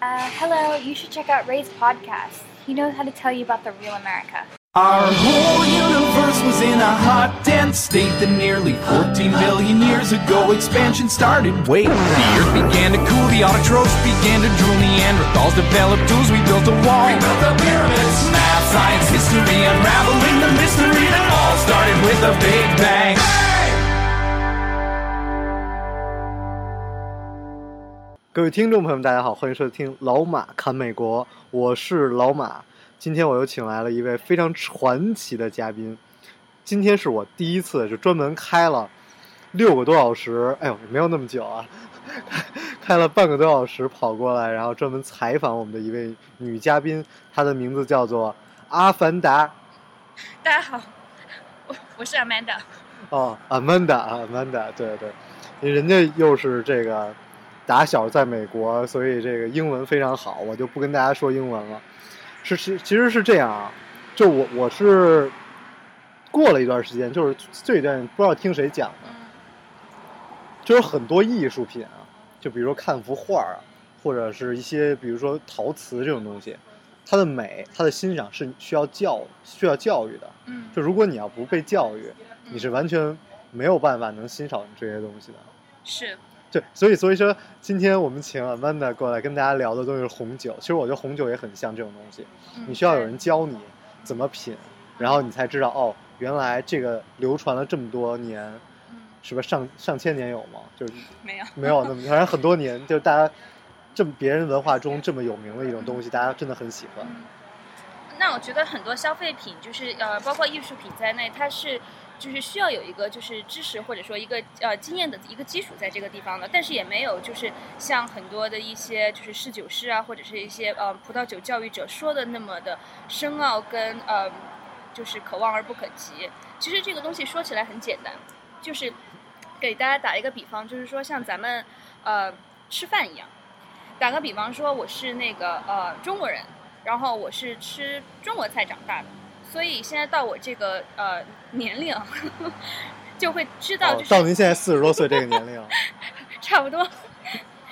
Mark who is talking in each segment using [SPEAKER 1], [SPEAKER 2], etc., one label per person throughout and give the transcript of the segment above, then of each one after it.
[SPEAKER 1] Uh, hello, you should check out Ray's podcast. He knows how to tell you about the real America.
[SPEAKER 2] Our whole universe was in a hot, dense state that nearly 14 billion years ago expansion started. Wait, the earth began to cool, the autotrophs began to drool, Neanderthals developed tools, we built a wall. We built the pyramids, math, science, history, unraveling the mystery that all started with a big bang. Hey!
[SPEAKER 3] 各位听众朋友们，大家好，欢迎收听《老马看美国》，我是老马。今天我又请来了一位非常传奇的嘉宾，今天是我第一次就专门开了六个多小时，哎呦，没有那么久啊， 开了半个多小时跑过来，然后专门采访我们的一位女嘉宾，她的名字叫做阿凡达
[SPEAKER 4] 大家好，我我是 Amanda。
[SPEAKER 3] 哦，Amanda 啊，Amanda，对对，人家又是这个打小在美国，所以这个英文非常好，我就不跟大家说英文了。是其其实是这样啊，就我我是过了一段时间，就是这一段不知道听谁讲的，
[SPEAKER 4] 嗯
[SPEAKER 3] 就是很多艺术品啊，就比如说看幅画啊，或者是一些比如说陶瓷这种东西，它的美，它的欣赏是需要教需要教育的。
[SPEAKER 4] 嗯，
[SPEAKER 3] 就如果你要不被教育，你是完全没有办法能欣赏这些东西的。
[SPEAKER 4] 是
[SPEAKER 3] 对，所以所以说，今天我们请 Amanda 过来跟大家聊的东西是红酒。其实我觉得红酒也很像这种东西，
[SPEAKER 4] 嗯
[SPEAKER 3] 你需要有人教你怎么品，然后你才知道哦，原来这个流传了这么多年，
[SPEAKER 4] 嗯
[SPEAKER 3] 是吧？上上千年有吗？就是
[SPEAKER 4] 没有
[SPEAKER 3] 没有那么，反正很多 年，就是大家这么别人文化中这么有名的一种东西，大家真的很喜欢。
[SPEAKER 4] 嗯，那我觉得很多消费品就是呃，包括艺术品在内，它是就是需要有一个就是知识或者说一个呃经验的一个基础在这个地方的，但是也没有就是像很多的一些就是侍酒师啊，或者是一些呃葡萄酒教育者说的那么的深奥跟呃就是可望而不可及。其实这个东西说起来很简单，就是给大家打一个比方，就是说像咱们呃吃饭一样。打个比方说，我是那个呃中国人，然后我是吃中国菜长大的，所以现在到我这个呃年龄， 就会知道
[SPEAKER 3] 哦
[SPEAKER 4] 就，是、
[SPEAKER 3] 到您现在四十多岁这个年龄，
[SPEAKER 4] 差不多，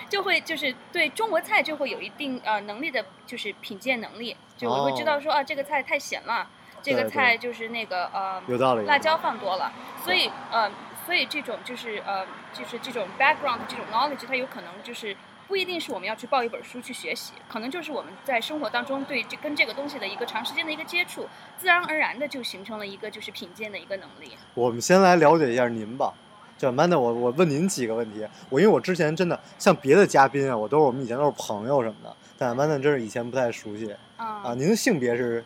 [SPEAKER 4] 就会就是对中国菜就会有一定呃能力的，就是品鉴能力，就我会知道说、啊这个菜太咸了，这
[SPEAKER 3] 哦
[SPEAKER 4] 个
[SPEAKER 3] 对对
[SPEAKER 4] 菜就是 那个呃
[SPEAKER 3] 有道理。
[SPEAKER 4] 辣椒放多了，所以呃，所以这种就是呃，就是这种 background 这种 knowledge，它有可能就是不一定是我们要去抱一本书去学习，可能就是我们在生活当中对这跟这个东西的一个长时间的一个接触，自然而然的就形成了一个就是品鉴的一个能力。
[SPEAKER 3] 我们先来了解一下您吧。就 Amanda，我我问您几个问题。我因为我之前真的像别的嘉宾啊，我都是我们以前都是朋友什么的，但 Amanda 真是以前不太熟悉
[SPEAKER 4] 啊、
[SPEAKER 3] 啊。您的性别是？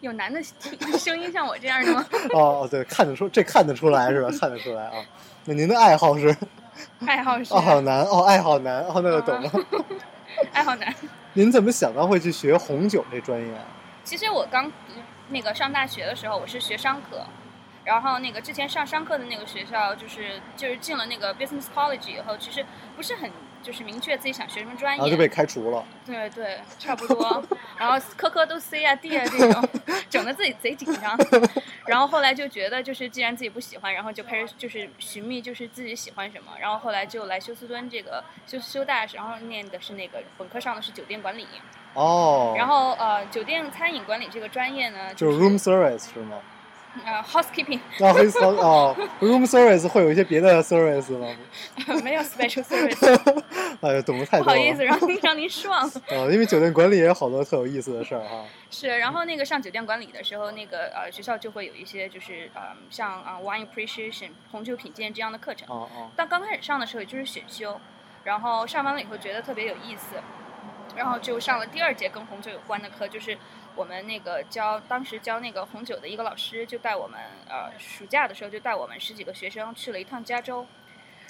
[SPEAKER 4] 有男的 听声音像我这样的吗？
[SPEAKER 3] 哦，哦对，看得出这看得出来 是吧？看得出来啊。那您的爱好是
[SPEAKER 4] 爱好是、
[SPEAKER 3] 爱好男 哦，爱好男哦，那就懂
[SPEAKER 4] 啊
[SPEAKER 3] 了。
[SPEAKER 4] 爱好男。
[SPEAKER 3] 您怎么想到会去学红酒这专业啊？
[SPEAKER 4] 其实我刚读那个上大学的时候，我是学商科，然后那个之前上商科的那个学校，就是就是进了那个 business college 以后，其实不是很就是明确自己想学什么专
[SPEAKER 3] 然啊后就被
[SPEAKER 4] 业，
[SPEAKER 3] 开除了。
[SPEAKER 4] 对对，差不 多。然后科科都 C 啊 D 啊这种，整的自己贼紧 张。然后后来就觉得，就是既然自己不喜欢，然后就开始就是寻觅，就是自己喜欢什么。然后后来就来休斯敦这个休休大，然后念的是那个本科上的是酒店管理。
[SPEAKER 3] 哦，
[SPEAKER 4] 然后呃，酒店餐饮管理这个专业呢，、
[SPEAKER 3] 就是是 room service 是吗？
[SPEAKER 4] 呃 housekeeping
[SPEAKER 3] 那会说哦，room service 会有一些别的 service 吗？
[SPEAKER 4] 没有 special service，
[SPEAKER 3] 哎呀，懂得太
[SPEAKER 4] 不
[SPEAKER 3] 多了。
[SPEAKER 4] 好意思让您让您失望。
[SPEAKER 3] 呃，因为酒店管理也有好多特有意思的事儿哈。
[SPEAKER 4] 是，然后那个上酒店管理的时候，那个呃学校就会有一些就是呃像啊、呃 wine appreciation 红酒品鉴这样的课程。
[SPEAKER 3] 哦哦，
[SPEAKER 4] 但刚开始上的时候也就是选修，然后上完了以后觉得特别有意思，然后就上了第二节跟红酒有关的课，就是我们那个教当时教那个红酒的一个老师就带我们呃暑假的时候就带我们十几个学生去了一趟加州，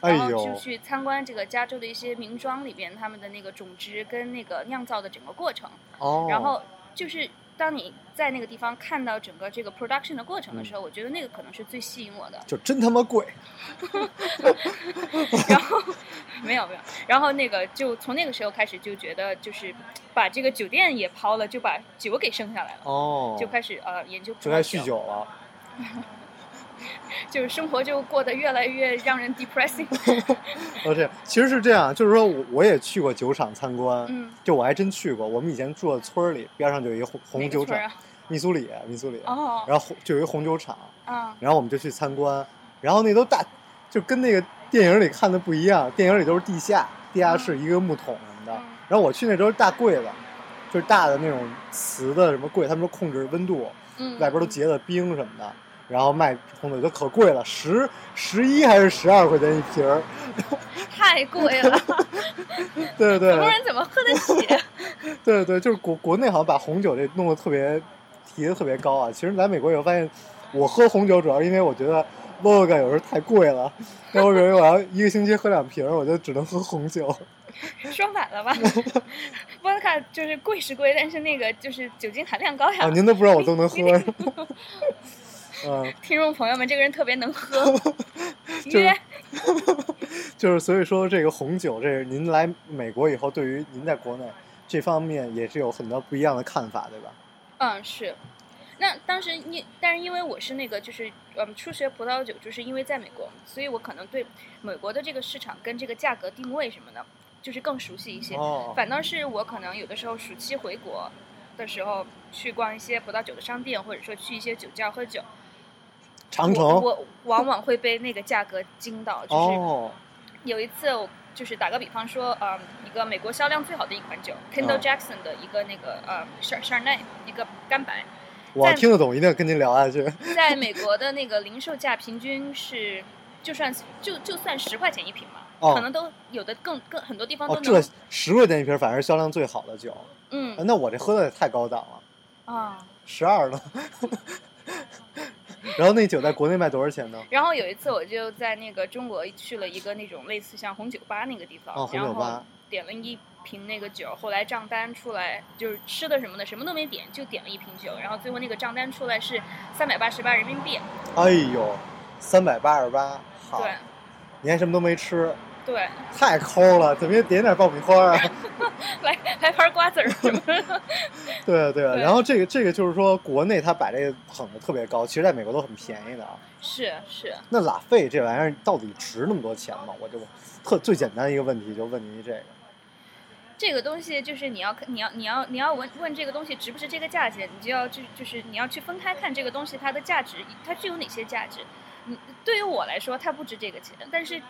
[SPEAKER 4] 然
[SPEAKER 3] 哎
[SPEAKER 4] 后就
[SPEAKER 3] 呦，
[SPEAKER 4] 去参观这个加州的一些名庄里边他们的那个种植跟那个酿造的整个过程，
[SPEAKER 3] 哦，
[SPEAKER 4] 然后就是。当你在那个地方看到整个这个 production 的过程的
[SPEAKER 3] 嗯
[SPEAKER 4] 时候，我觉得那个可能是最吸引我的。
[SPEAKER 3] 就真他妈贵，
[SPEAKER 4] 然后没有没有，然后那个就从那个时候开始就觉得就是把这个酒店也抛了，就把酒给剩下来了，
[SPEAKER 3] 哦，
[SPEAKER 4] 就开始呃研究
[SPEAKER 3] 就
[SPEAKER 4] 葡
[SPEAKER 3] 开
[SPEAKER 4] 萄
[SPEAKER 3] 酗酒了。
[SPEAKER 4] 就是生活就过得越来越让人 depressing。
[SPEAKER 3] 而且其实是这样，就是说我我也去过酒厂参观，
[SPEAKER 4] 嗯，
[SPEAKER 3] 就我还真去过。我们以前住的村儿里边上就有一红红酒
[SPEAKER 4] 哪个村
[SPEAKER 3] 厂，
[SPEAKER 4] 儿啊？
[SPEAKER 3] 密苏里，密苏里，
[SPEAKER 4] 哦，
[SPEAKER 3] 然后红就有一红酒厂，
[SPEAKER 4] 嗯，
[SPEAKER 3] 然后我们就去参观，然后那都大，就跟那个电影里看的不一样，电影里都是地下地下室一个木桶什么的，
[SPEAKER 4] 嗯
[SPEAKER 3] 然后我去那都是大柜子，就是大的那种瓷的什么柜，他们说控制温度，
[SPEAKER 4] 嗯，
[SPEAKER 3] 外边都结了冰什么的，然后卖红酒就可贵了，十十一还是十二块钱一瓶儿，
[SPEAKER 4] 太贵了，
[SPEAKER 3] 对对
[SPEAKER 4] 普通
[SPEAKER 3] 对
[SPEAKER 4] 人怎么喝得起？啊
[SPEAKER 3] 对对，就是国国内好像把红酒这弄得特别提的特别高啊，其实来美国以后发现，我喝红酒主要是因为我觉得。Vodka 有时候太贵了，那我比如我要一个星期喝两瓶儿，我就只能喝红酒。
[SPEAKER 4] 说反了吧 v 卡就是贵是贵，但是那个就是酒精含量高
[SPEAKER 3] 啊，。
[SPEAKER 4] 呀
[SPEAKER 3] 您都不知道我都能 喝。嗯，
[SPEAKER 4] 听众朋友们，这个人特别 能喝，
[SPEAKER 3] 是
[SPEAKER 4] 约
[SPEAKER 3] 就是所以说这个红酒，这是您来美国以后，对于您在国内这方面也是有很多不一样的看法，对吧？
[SPEAKER 4] 嗯，是。那当时你，但是因为我是那个，就是嗯，初学葡萄酒，就是因为在美国，所以我可能对美国的这个市场跟这个价格定位什么的，就是更熟悉一些。
[SPEAKER 3] 哦，
[SPEAKER 4] 反倒是我可能有的时候暑期回国的时候，去逛一些葡萄酒的商店，或者说去一些酒窖喝酒，
[SPEAKER 3] 长
[SPEAKER 4] 我
[SPEAKER 3] 城。
[SPEAKER 4] 我往往会被那个价格惊到。就是
[SPEAKER 3] 哦，
[SPEAKER 4] 有一次，我就是打个比方说，嗯，一个美国销量最好的一款酒，Kendall
[SPEAKER 3] 嗯
[SPEAKER 4] Jackson 的一个那个呃 Char Chardonnay 一个 干白，
[SPEAKER 3] 我
[SPEAKER 4] 在
[SPEAKER 3] 听得懂，一定要跟您聊下去。
[SPEAKER 4] 在美国的那个零售价平均是，就算就就算十块钱一瓶嘛，
[SPEAKER 3] 哦
[SPEAKER 4] 可能都有的更更很多地方都
[SPEAKER 3] 哦，
[SPEAKER 4] 能、
[SPEAKER 3] 这十块钱一瓶，反而是销量最好的酒。啊
[SPEAKER 4] 嗯
[SPEAKER 3] 那我这喝的也太高档了，呃
[SPEAKER 4] 啊。
[SPEAKER 3] 十二呢。 然后那酒在国内卖多少钱呢？
[SPEAKER 4] 然后有一次我就在那个中国去了一个那种类似像红酒吧那个地方，
[SPEAKER 3] 哦红酒
[SPEAKER 4] 然
[SPEAKER 3] 吧
[SPEAKER 4] 后点了一瓶那个酒，后来账单出来就是吃的什么的什么都没点，就点了一瓶酒，然后最后那个账单出来是三百八十八人民币，
[SPEAKER 3] 哎呦，三百八十八，好，
[SPEAKER 4] 对
[SPEAKER 3] 你还什么都没吃，
[SPEAKER 4] 对，
[SPEAKER 3] 太抠了，怎么也点点爆米花啊？
[SPEAKER 4] 来来盘瓜子儿什么的，
[SPEAKER 3] 对啊对啊，
[SPEAKER 4] 对
[SPEAKER 3] 然后这个这个就是说，国内它把这个捧的特别高，其实在美国都很便宜的啊。
[SPEAKER 4] 是是，
[SPEAKER 3] 那拉菲这玩意儿到底值那么多钱吗？我就特最简单一个问题就问您这个。
[SPEAKER 4] 这个东西就是你要看你要你要你要问问这个东西值不值这个价钱，你就要就就是你要去分开看这个东西它的价值，它具有哪些价值。嗯，对于我来说，它不值这个钱，但是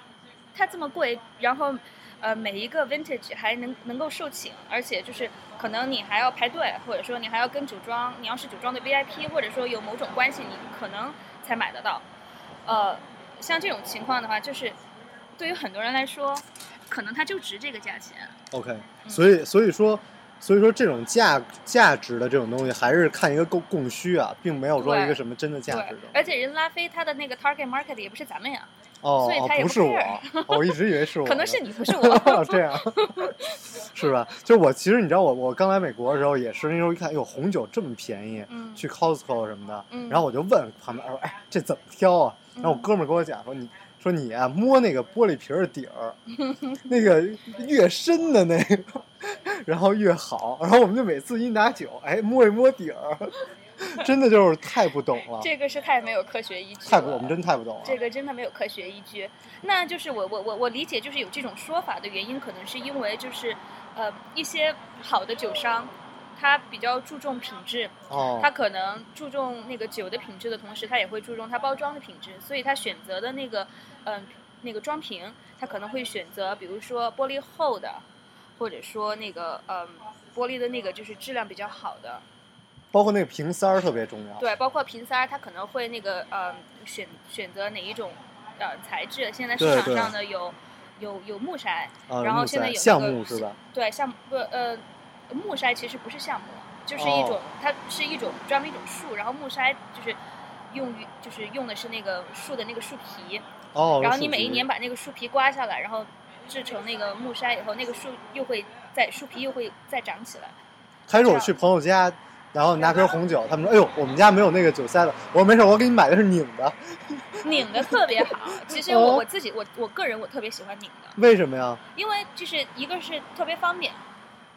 [SPEAKER 4] 它这么贵，然后呃每一个 vintage 还能能够售罄，而且就是可能你还要排队，或者说你还要跟酒庄，你要是酒庄的 VIP，或者说有某种关系，你可能才买得到。呃，像这种情况的话，就是对于很多人来说，可能它就值这个价钱。
[SPEAKER 3] OK，所
[SPEAKER 4] 嗯
[SPEAKER 3] 以所以说所以说这种价价值的这种东西，还是看一个供供需啊，并没有说
[SPEAKER 4] 对
[SPEAKER 3] 一个什么真的价值
[SPEAKER 4] 对
[SPEAKER 3] 的，东
[SPEAKER 4] 而
[SPEAKER 3] 西。
[SPEAKER 4] 且人拉菲他的那个 target market 也不是咱们呀，
[SPEAKER 3] 哦
[SPEAKER 4] 所以
[SPEAKER 3] 哦
[SPEAKER 4] 他，也
[SPEAKER 3] 不
[SPEAKER 4] 不
[SPEAKER 3] 是我
[SPEAKER 4] care
[SPEAKER 3] 哦，我一直以为是我呢，
[SPEAKER 4] 可能是你，不是 我。
[SPEAKER 3] 哦这样，是吧？就是我其实你知道我我刚来美国的时候也是，那时候一看，哟，哎红酒这么便宜，
[SPEAKER 4] 嗯
[SPEAKER 3] 去 Costco 什么的，
[SPEAKER 4] 嗯
[SPEAKER 3] 然后我就问旁边，我说哎，这怎么挑啊？然后我哥们儿跟我讲说你。说你啊，摸那个玻璃瓶儿的底 儿，那个越深的那个，然后越好。然后我们就每次一拿酒，哎，摸一摸底儿， 真的就是太不懂了，
[SPEAKER 4] 这个是太没有科学依据
[SPEAKER 3] 太
[SPEAKER 4] 了。
[SPEAKER 3] 不，我们真太不懂了。
[SPEAKER 4] 这个真的没有科学依据。那就是我我我我理解，就是有这种说法的原因，可能是因为就是呃一些好的酒商，他比较注重品质，
[SPEAKER 3] 哦，
[SPEAKER 4] 他可能注重那个酒的品质的同时，他也会注重它包装的品质，所以他选择的那个嗯、那个装瓶，他可能会选择比如说玻璃厚的，或者说那个嗯、玻璃的那个就是质量比较好的，
[SPEAKER 3] 包括那个瓶塞儿特别重要。
[SPEAKER 4] 对，包括瓶塞儿，他可能会那个嗯、选选择哪一种呃材质，现在市
[SPEAKER 3] 对
[SPEAKER 4] 场
[SPEAKER 3] 对
[SPEAKER 4] 上呢有有有木筛，
[SPEAKER 3] 啊，
[SPEAKER 4] 然后
[SPEAKER 3] 木
[SPEAKER 4] 现在
[SPEAKER 3] 塞
[SPEAKER 4] 有一
[SPEAKER 3] 橡
[SPEAKER 4] 个
[SPEAKER 3] 木是吧？
[SPEAKER 4] 对，像不呃，木筛其实不是橡木，就是一
[SPEAKER 3] 哦
[SPEAKER 4] 种、它是一种专门一种树，然后木筛就是用于就是用的是那个树的那个树皮，
[SPEAKER 3] 哦，
[SPEAKER 4] 然后
[SPEAKER 3] 是
[SPEAKER 4] 你
[SPEAKER 3] 树
[SPEAKER 4] 每一
[SPEAKER 3] 皮
[SPEAKER 4] 年把那个树皮刮下来，然后制成那个木筛以后，那个树又会在树皮又会再长起来。
[SPEAKER 3] 开始我去朋友家，然后拿瓶红酒，他们说：“哎呦，我们家没有那个酒塞了。”我说：“没事，我给你买的是拧的。
[SPEAKER 4] 拧的特别好，其实
[SPEAKER 3] 哦
[SPEAKER 4] 我我自己我我个人我特别喜欢拧的，
[SPEAKER 3] 为什么呀？
[SPEAKER 4] 因为就是一个是特别方便，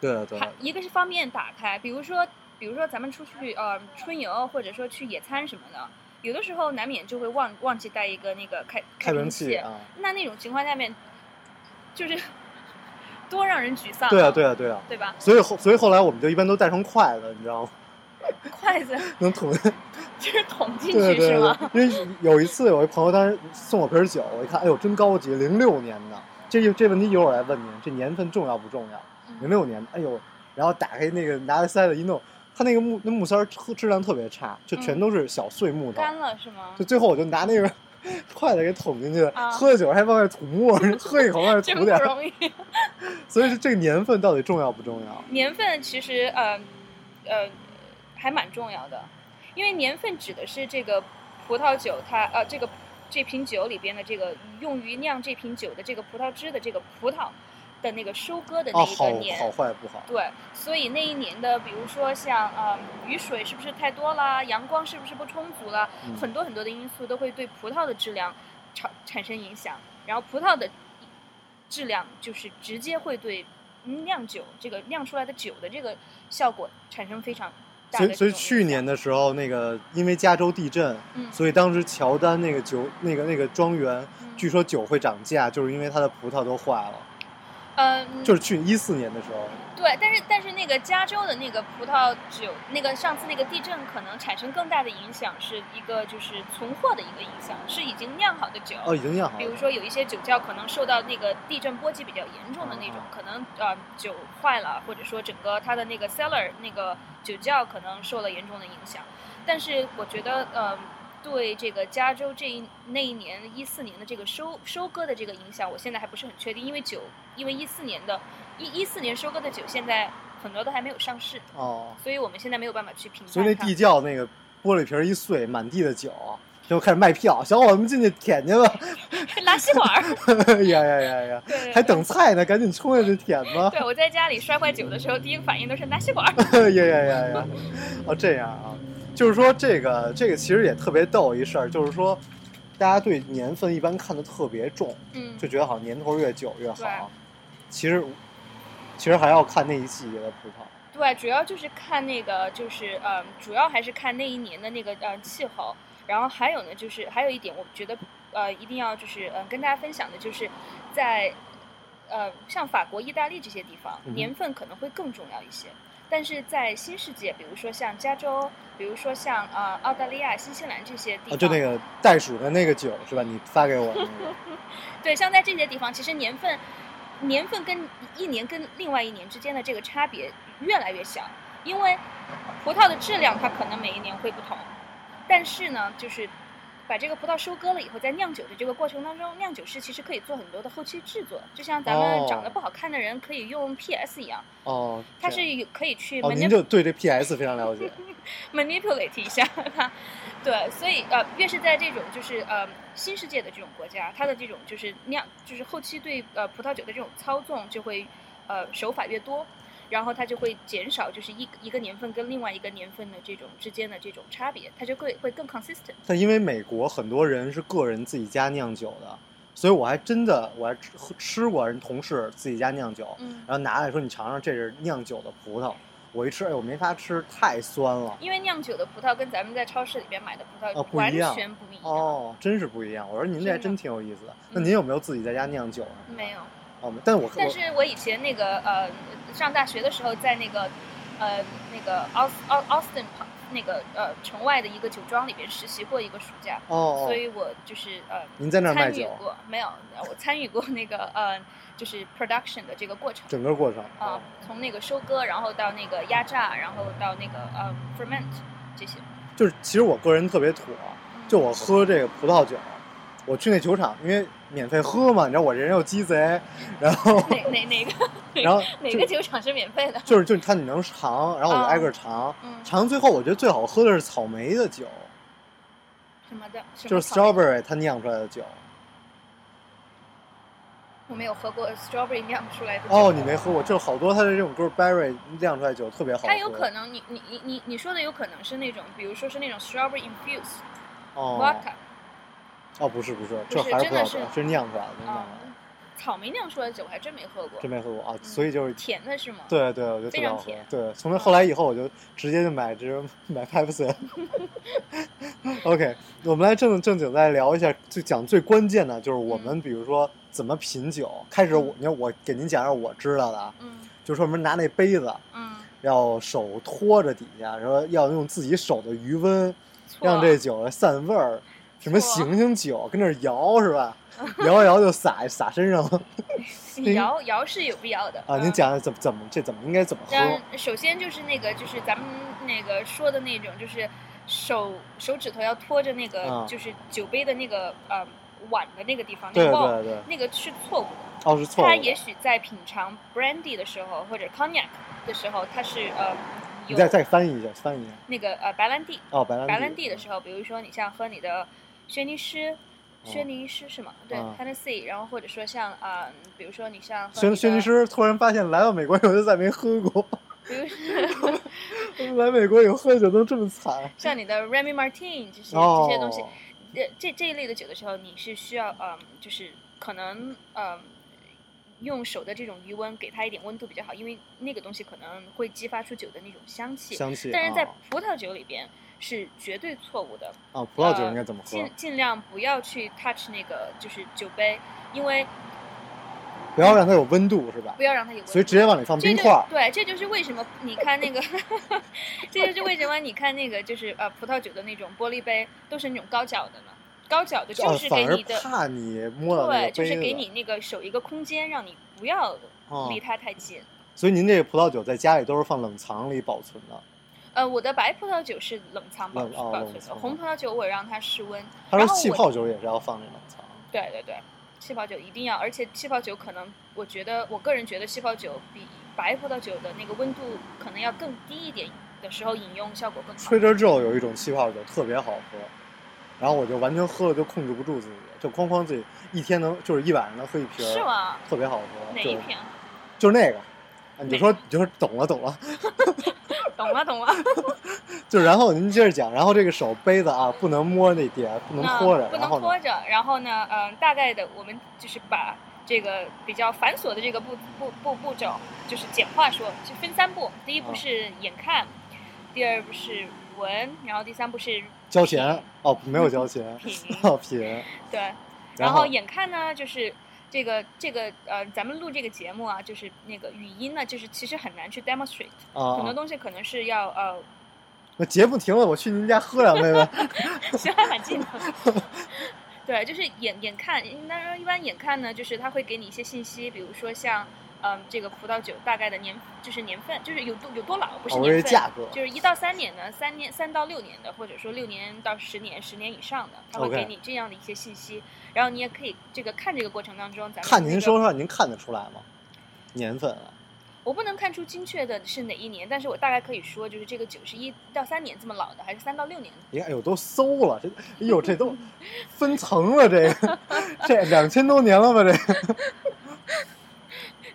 [SPEAKER 3] 对啊了对
[SPEAKER 4] 它
[SPEAKER 3] 了，
[SPEAKER 4] 一个是方便打开，比如说，比如说咱们出去呃春游，或者说去野餐什么的，有的时候难免就会忘忘记带一个那个开
[SPEAKER 3] 开
[SPEAKER 4] 瓶
[SPEAKER 3] 瓶器啊，
[SPEAKER 4] 那那种情况下面，就是 多让人沮丧。
[SPEAKER 3] 对啊，对啊，对啊。
[SPEAKER 4] 对吧？
[SPEAKER 3] 所以后，所以后来我们就一般都带双筷子，你知道吗？
[SPEAKER 4] 筷子
[SPEAKER 3] 能捅，
[SPEAKER 4] 就是捅进
[SPEAKER 3] 对对
[SPEAKER 4] 去
[SPEAKER 3] 对
[SPEAKER 4] 是吗？
[SPEAKER 3] 因为有一次，有一朋友当时送我瓶酒，我一看，哎呦，真高级，零六年的。这这问题一会儿我来问您，这年份重要不重要？零
[SPEAKER 4] 嗯
[SPEAKER 3] 六年的，哎呦，然后打开那个拿着塞子一弄，它那个木那木塞儿质质量特别差，就全
[SPEAKER 4] 嗯
[SPEAKER 3] 都是小碎木头。
[SPEAKER 4] 干了是吗
[SPEAKER 3] 就？最后我就拿那个 筷子给捅进去了，
[SPEAKER 4] 啊
[SPEAKER 3] 喝酒还往外吐沫 儿，喝一口往外
[SPEAKER 4] 真
[SPEAKER 3] 吐
[SPEAKER 4] 不
[SPEAKER 3] 点儿。
[SPEAKER 4] 容易。
[SPEAKER 3] 所以说这个年份到底重要不重要？
[SPEAKER 4] 年份其实呃呃还蛮重要的，因为年份指的是这个葡萄酒它呃这个这瓶酒里边的这个用于酿这瓶酒的这个葡萄汁的这个葡萄的那个收割的
[SPEAKER 3] 哦，
[SPEAKER 4] 那一
[SPEAKER 3] 好
[SPEAKER 4] 个年。
[SPEAKER 3] 好坏不好，
[SPEAKER 4] 对，所以那一年的，比如说像呃雨水是不是太多啦，阳光是不是不充足啦，
[SPEAKER 3] 嗯
[SPEAKER 4] 很多很多的因素都会对葡萄的质量产产生影响，然后葡萄的质量就是直接会对酿酒这个酿出来的酒的这个效果产生非常大
[SPEAKER 3] 所
[SPEAKER 4] 的
[SPEAKER 3] 以
[SPEAKER 4] 这
[SPEAKER 3] 所以
[SPEAKER 4] 种
[SPEAKER 3] 去
[SPEAKER 4] 影
[SPEAKER 3] 年
[SPEAKER 4] 响
[SPEAKER 3] 的时候，那个因为加州地震，
[SPEAKER 4] 嗯
[SPEAKER 3] 所以当时乔丹那个酒那个那个庄园，
[SPEAKER 4] 嗯
[SPEAKER 3] 据说酒会涨价，就是因为它的葡萄都坏了。
[SPEAKER 4] 嗯
[SPEAKER 3] 就是去一四年的时候，
[SPEAKER 4] 对，但是但是那个加州的那个葡萄酒，那个上次那个地震可能产生更大的影响，是一个就是存货的一个影响，是已经酿好的酒。
[SPEAKER 3] 哦，已经酿好
[SPEAKER 4] 比如
[SPEAKER 3] 了。
[SPEAKER 4] 说有一些酒窖可能受到那个地震波及比较严重的那种
[SPEAKER 3] 嗯嗯，
[SPEAKER 4] 可能呃酒坏了，或者说整个它的那个 cellar 那个酒窖可能受了严重的影响。但是我觉得，呃，对这个加州这一那一年一四年的这个收收割的这个影响，我现在还不是很确定，因为酒因为一四年的一一四年收割的酒现在很多都还没有上市，
[SPEAKER 3] 哦，
[SPEAKER 4] 所以我们现在没有办法去评
[SPEAKER 3] 所
[SPEAKER 4] 判
[SPEAKER 3] 以那
[SPEAKER 4] 它
[SPEAKER 3] 地。窖那个玻璃瓶儿一碎，满地的酒，然后开始卖票，小伙伴们进去舔去 吧。
[SPEAKER 4] 拉吸管儿，
[SPEAKER 3] 呀呀呀呀！
[SPEAKER 4] 对对 对
[SPEAKER 3] 还等菜呢，赶紧冲下去舔吧！
[SPEAKER 4] 对我在家里摔坏酒的时候，第一个反应都是拉吸 管儿。
[SPEAKER 3] 呀呀呀呀！哦，这样啊，就是说这个这个其实也特别逗一事儿，就是说大家对年份一般看得特别重，
[SPEAKER 4] 嗯，
[SPEAKER 3] 就觉得好像年头越久越
[SPEAKER 4] 对
[SPEAKER 3] 好。其实其实还要看那一季节的葡萄。
[SPEAKER 4] 对，主要就是看那个，就是呃，主要还是看那一年的那个呃气候。然后还有呢，就是还有一点，我觉得呃一定要就是呃跟大家分享的，就是在呃像法国、意大利这些地方，
[SPEAKER 3] 嗯
[SPEAKER 4] 年份可能会更重要一些。但是在新世界，比如说像加州，比如说像呃澳大利亚、新西兰这些地
[SPEAKER 3] 啊，
[SPEAKER 4] 方，
[SPEAKER 3] 就那个袋鼠的那个酒是吧？你发给我的那个，
[SPEAKER 4] 对，像在这些地方，其实年份、年份跟一年跟另外一年之间的这个差别越来越小，因为葡萄的质量它可能每一年会不同，但是呢，就是把这个葡萄收割了以后，在酿酒的这个过程当中，酿酒师其实可以做很多的后期制作，就像咱
[SPEAKER 3] 哦
[SPEAKER 4] 们长得不好看的人可以用 PS 一样，
[SPEAKER 3] 哦，
[SPEAKER 4] 它
[SPEAKER 3] 这
[SPEAKER 4] 是
[SPEAKER 3] 样
[SPEAKER 4] 有可以去
[SPEAKER 3] 哦，您
[SPEAKER 4] manip-
[SPEAKER 3] 就对这 PS 非常了解
[SPEAKER 4] manipulate 一下它。 对，所以呃，越是在这种就是呃新世界的这种国家，它的这种就是酿，就是后期对呃葡萄酒的这种操纵就会呃手法越多，然后它就会减少就是一一个年份跟另外一个年份的这种之间的这种差别，它就会会更 consistent。
[SPEAKER 3] 但因为美国很多人是个人自己家酿酒的，所以我还真的我还吃吃过人同事自己家酿酒，
[SPEAKER 4] 嗯
[SPEAKER 3] 然，后拿来说你尝尝，这是酿酒的葡萄。我一吃，哎，我没法吃，太酸了。
[SPEAKER 4] 因为酿酒的葡萄跟咱们在超市里边买的葡
[SPEAKER 3] 哦
[SPEAKER 4] 萄
[SPEAKER 3] 不
[SPEAKER 4] 完
[SPEAKER 3] 一样
[SPEAKER 4] 全不一样。
[SPEAKER 3] 哦，真是不一样。我说您这还真挺有意思的。那您有没有自己在家酿酒呢？
[SPEAKER 4] 没有。
[SPEAKER 3] 哦，但我
[SPEAKER 4] 但
[SPEAKER 3] 我
[SPEAKER 4] 是我以前那个呃，上大学的时候，在那个呃那个奥斯奥奥斯顿旁那个呃城外的一个酒庄里边实习过一个暑假，
[SPEAKER 3] 哦
[SPEAKER 4] 所
[SPEAKER 3] 哦，
[SPEAKER 4] 以我就是呃
[SPEAKER 3] 您在那儿卖
[SPEAKER 4] 参与
[SPEAKER 3] 酒，
[SPEAKER 4] 过没有？我参与过那个呃就是 production 的这个过程
[SPEAKER 3] 整个过程
[SPEAKER 4] 啊、呃，从那个收割，然后到那个压榨，然后到那个呃 ferment 这些。
[SPEAKER 3] 就是其实我个人特别土啊，
[SPEAKER 4] 嗯
[SPEAKER 3] 就我喝这个葡萄酒，我去那酒厂，因为免费喝嘛，你知道我这人又鸡贼，然 后
[SPEAKER 4] 哪哪哪个
[SPEAKER 3] 然后
[SPEAKER 4] 哪
[SPEAKER 3] 就
[SPEAKER 4] 个酒厂是免费的？
[SPEAKER 3] 就是就是看你能尝，然后我就
[SPEAKER 4] 啊
[SPEAKER 3] 挨个尝，
[SPEAKER 4] 嗯，
[SPEAKER 3] 尝最后我觉得最好喝的是草莓的酒，
[SPEAKER 4] 什么的？什么
[SPEAKER 3] 就是
[SPEAKER 4] 草莓
[SPEAKER 3] strawberry 它酿出来的酒。
[SPEAKER 4] 我没有喝过 strawberry 酿出来的酒。
[SPEAKER 3] 哦，你没喝过，就是好多它的这种都是 berry 酿出来的酒特别好喝。
[SPEAKER 4] 它有可能，你你你你你说的有可能是那种，比如说是那种 strawberry infused
[SPEAKER 3] 哦
[SPEAKER 4] vodka，
[SPEAKER 3] 哦，不是不是，
[SPEAKER 4] 不
[SPEAKER 3] 这
[SPEAKER 4] 是
[SPEAKER 3] 还是葡
[SPEAKER 4] 真的
[SPEAKER 3] 萄酒
[SPEAKER 4] 是，
[SPEAKER 3] 是酿出来的，酿出来
[SPEAKER 4] 嗯
[SPEAKER 3] 的。
[SPEAKER 4] 草莓酿出来的酒我还真没喝过
[SPEAKER 3] 真，没喝过啊，所以就是
[SPEAKER 4] 甜的是吗？，
[SPEAKER 3] 对对，我觉得特
[SPEAKER 4] 非
[SPEAKER 3] 别
[SPEAKER 4] 常
[SPEAKER 3] 好喝
[SPEAKER 4] 甜。
[SPEAKER 3] 对，从那后来以后，我就直接就买只买 Pepsi。OK，我们来正正经再聊一下，就讲最关键的，就是我
[SPEAKER 4] 嗯
[SPEAKER 3] 们比如说怎么品酒。开始我，你看我给您讲一下我知道的啊，
[SPEAKER 4] 嗯
[SPEAKER 3] 就是说我们拿那杯子
[SPEAKER 4] 嗯，
[SPEAKER 3] 要手托着底下，然后要用自己手的余温
[SPEAKER 4] 错
[SPEAKER 3] 让这酒散味儿。什么
[SPEAKER 4] 错
[SPEAKER 3] 醒醒酒，跟那儿摇是吧？摇一摇就洒洒身上了您
[SPEAKER 4] 摇摇是有必要的
[SPEAKER 3] 啊！您。讲讲怎么怎么这怎么应该怎么喝？
[SPEAKER 4] 但首先就是那个，就是咱们那个说的那种，就是手手指头要托着那个
[SPEAKER 3] 嗯，
[SPEAKER 4] 就是酒杯的那个呃碗的那个地方，那
[SPEAKER 3] 对
[SPEAKER 4] 个
[SPEAKER 3] 对
[SPEAKER 4] bowl，
[SPEAKER 3] 对，
[SPEAKER 4] 那个是错误的。
[SPEAKER 3] 哦是错误的。
[SPEAKER 4] 哦他也许在品尝 brandy 的时候，或者 cognac 的时候，他是呃
[SPEAKER 3] 你
[SPEAKER 4] 有
[SPEAKER 3] 再再翻译一下，翻译一下。
[SPEAKER 4] 那个呃白兰地，
[SPEAKER 3] 哦，白兰
[SPEAKER 4] 白兰地的
[SPEAKER 3] 候，
[SPEAKER 4] 时候，比如说你像喝你的轩尼诗，轩尼诗是吗？对
[SPEAKER 3] 嗯
[SPEAKER 4] ，Hennessy，然后或者说像啊、呃比如说你像喝
[SPEAKER 3] 轩
[SPEAKER 4] 你
[SPEAKER 3] 轩尼
[SPEAKER 4] 的，
[SPEAKER 3] 诗突然发现来到美国以后就再没喝过，
[SPEAKER 4] 比如
[SPEAKER 3] 来美国以后喝酒都这么惨。
[SPEAKER 4] 像你的 Remy Martin 这些、
[SPEAKER 3] 哦，
[SPEAKER 4] 这些东西，呃，这这一类的酒的时候，你是需要嗯、就是可能嗯、用手的这种余温给它一点温度比较好，因为那个东西可能会激发出酒的那种香气。
[SPEAKER 3] 香气。
[SPEAKER 4] 但是在
[SPEAKER 3] 啊
[SPEAKER 4] 葡萄酒里边是绝对错误的，
[SPEAKER 3] 啊，葡萄酒应该怎么
[SPEAKER 4] 呃
[SPEAKER 3] 喝？
[SPEAKER 4] 尽尽量不要去 touch 那个就是酒杯，因为
[SPEAKER 3] 不要让它有温度，是吧
[SPEAKER 4] 不？要让它有味。
[SPEAKER 3] 所以直接往里放
[SPEAKER 4] 这
[SPEAKER 3] 冰
[SPEAKER 4] 就
[SPEAKER 3] 块儿。
[SPEAKER 4] 对，这就是为什么你看那个， 这就是为什么你看那个就是呃葡萄酒的那种玻璃杯都是那种高脚的嘛，高脚的就
[SPEAKER 3] 哦
[SPEAKER 4] 是
[SPEAKER 3] 反
[SPEAKER 4] 给
[SPEAKER 3] 而
[SPEAKER 4] 你的，
[SPEAKER 3] 怕你摸到那
[SPEAKER 4] 对，
[SPEAKER 3] 个
[SPEAKER 4] 就是
[SPEAKER 3] 杯
[SPEAKER 4] 给你
[SPEAKER 3] 子。
[SPEAKER 4] 那个手一个空间，让你不要
[SPEAKER 3] 哦
[SPEAKER 4] 离它太近。
[SPEAKER 3] 所以您这个葡萄酒在家里都是放冷藏里保存的。
[SPEAKER 4] 呃，我的白葡萄酒是冷藏保
[SPEAKER 3] 冷哦
[SPEAKER 4] 保
[SPEAKER 3] 冷
[SPEAKER 4] 存的，
[SPEAKER 3] 藏
[SPEAKER 4] 红葡萄酒我让它室温。
[SPEAKER 3] 他说
[SPEAKER 4] 然后
[SPEAKER 3] 气
[SPEAKER 4] 我
[SPEAKER 3] 泡酒也是要放那冷藏。
[SPEAKER 4] 对对对，气泡酒一定要，而且气泡酒可能，我觉得我个人觉得气泡酒比白葡萄酒的那个温度可能要更低一点的时候饮用效果更好。
[SPEAKER 3] 吹着之后有一种气泡酒特别好喝，然后我就完全喝了就控制不住自己，就哐哐自己一天能就是一晚上能喝一瓶儿，
[SPEAKER 4] 是吗？
[SPEAKER 3] 特别好喝，
[SPEAKER 4] 哪
[SPEAKER 3] 就
[SPEAKER 4] 一瓶？
[SPEAKER 3] 就是那个，啊你就
[SPEAKER 4] 哪
[SPEAKER 3] 说
[SPEAKER 4] 个
[SPEAKER 3] 你就说懂了懂了，
[SPEAKER 4] 懂了懂了，
[SPEAKER 3] 就然后您接着讲，然后这个手杯子啊不能摸那点，不能
[SPEAKER 4] 那
[SPEAKER 3] 拖着，
[SPEAKER 4] 啊不
[SPEAKER 3] 然
[SPEAKER 4] 能
[SPEAKER 3] 后呢
[SPEAKER 4] 拖着。然后呢，嗯、大概的我们就是把这个比较繁琐的这个步步步步骤，就是简化说，就分三步。第一步
[SPEAKER 3] 啊
[SPEAKER 4] 是眼看，第二步是闻，然后第三步是
[SPEAKER 3] 交钱哦没有交钱，
[SPEAKER 4] 品。
[SPEAKER 3] 哦品，
[SPEAKER 4] 对，
[SPEAKER 3] 然
[SPEAKER 4] 嗯然
[SPEAKER 3] 后
[SPEAKER 4] 后眼看呢，就是这个这个呃，咱们录这个节目啊，就是那个语音呢，就是其实很难去 demonstrate，、
[SPEAKER 3] 啊
[SPEAKER 4] 很多
[SPEAKER 3] 啊，
[SPEAKER 4] 东西可能是要呃，
[SPEAKER 3] 那节目停了，我去您家喝两杯呗，
[SPEAKER 4] 其实还蛮近的。 对，就是眼眼看，当然一般眼看呢，就是它会给你一些信息，比如说像嗯、这个葡萄酒大概的年，就是年份，就是有多有多老，不是
[SPEAKER 3] 哦我以为
[SPEAKER 4] 年份，
[SPEAKER 3] 价格
[SPEAKER 4] 就是一到三年的，三年三到六年的，或者说六年到十年、十年以上的，它会
[SPEAKER 3] OK
[SPEAKER 4] 给你这样的一些信息。然后你也可以这个看这个过程当中，咱们
[SPEAKER 3] 看
[SPEAKER 4] 那
[SPEAKER 3] 您
[SPEAKER 4] 个
[SPEAKER 3] 说说您看得出来吗？年份啊，
[SPEAKER 4] 我不能看出精确的是哪一年，但是我大概可以说，就是这个酒是一到三年这么老的，还是三到六年的？
[SPEAKER 3] 你看，哎呦，都馊了，这，哎呦，这都分层了，这个， 这两千多年了吧，这个，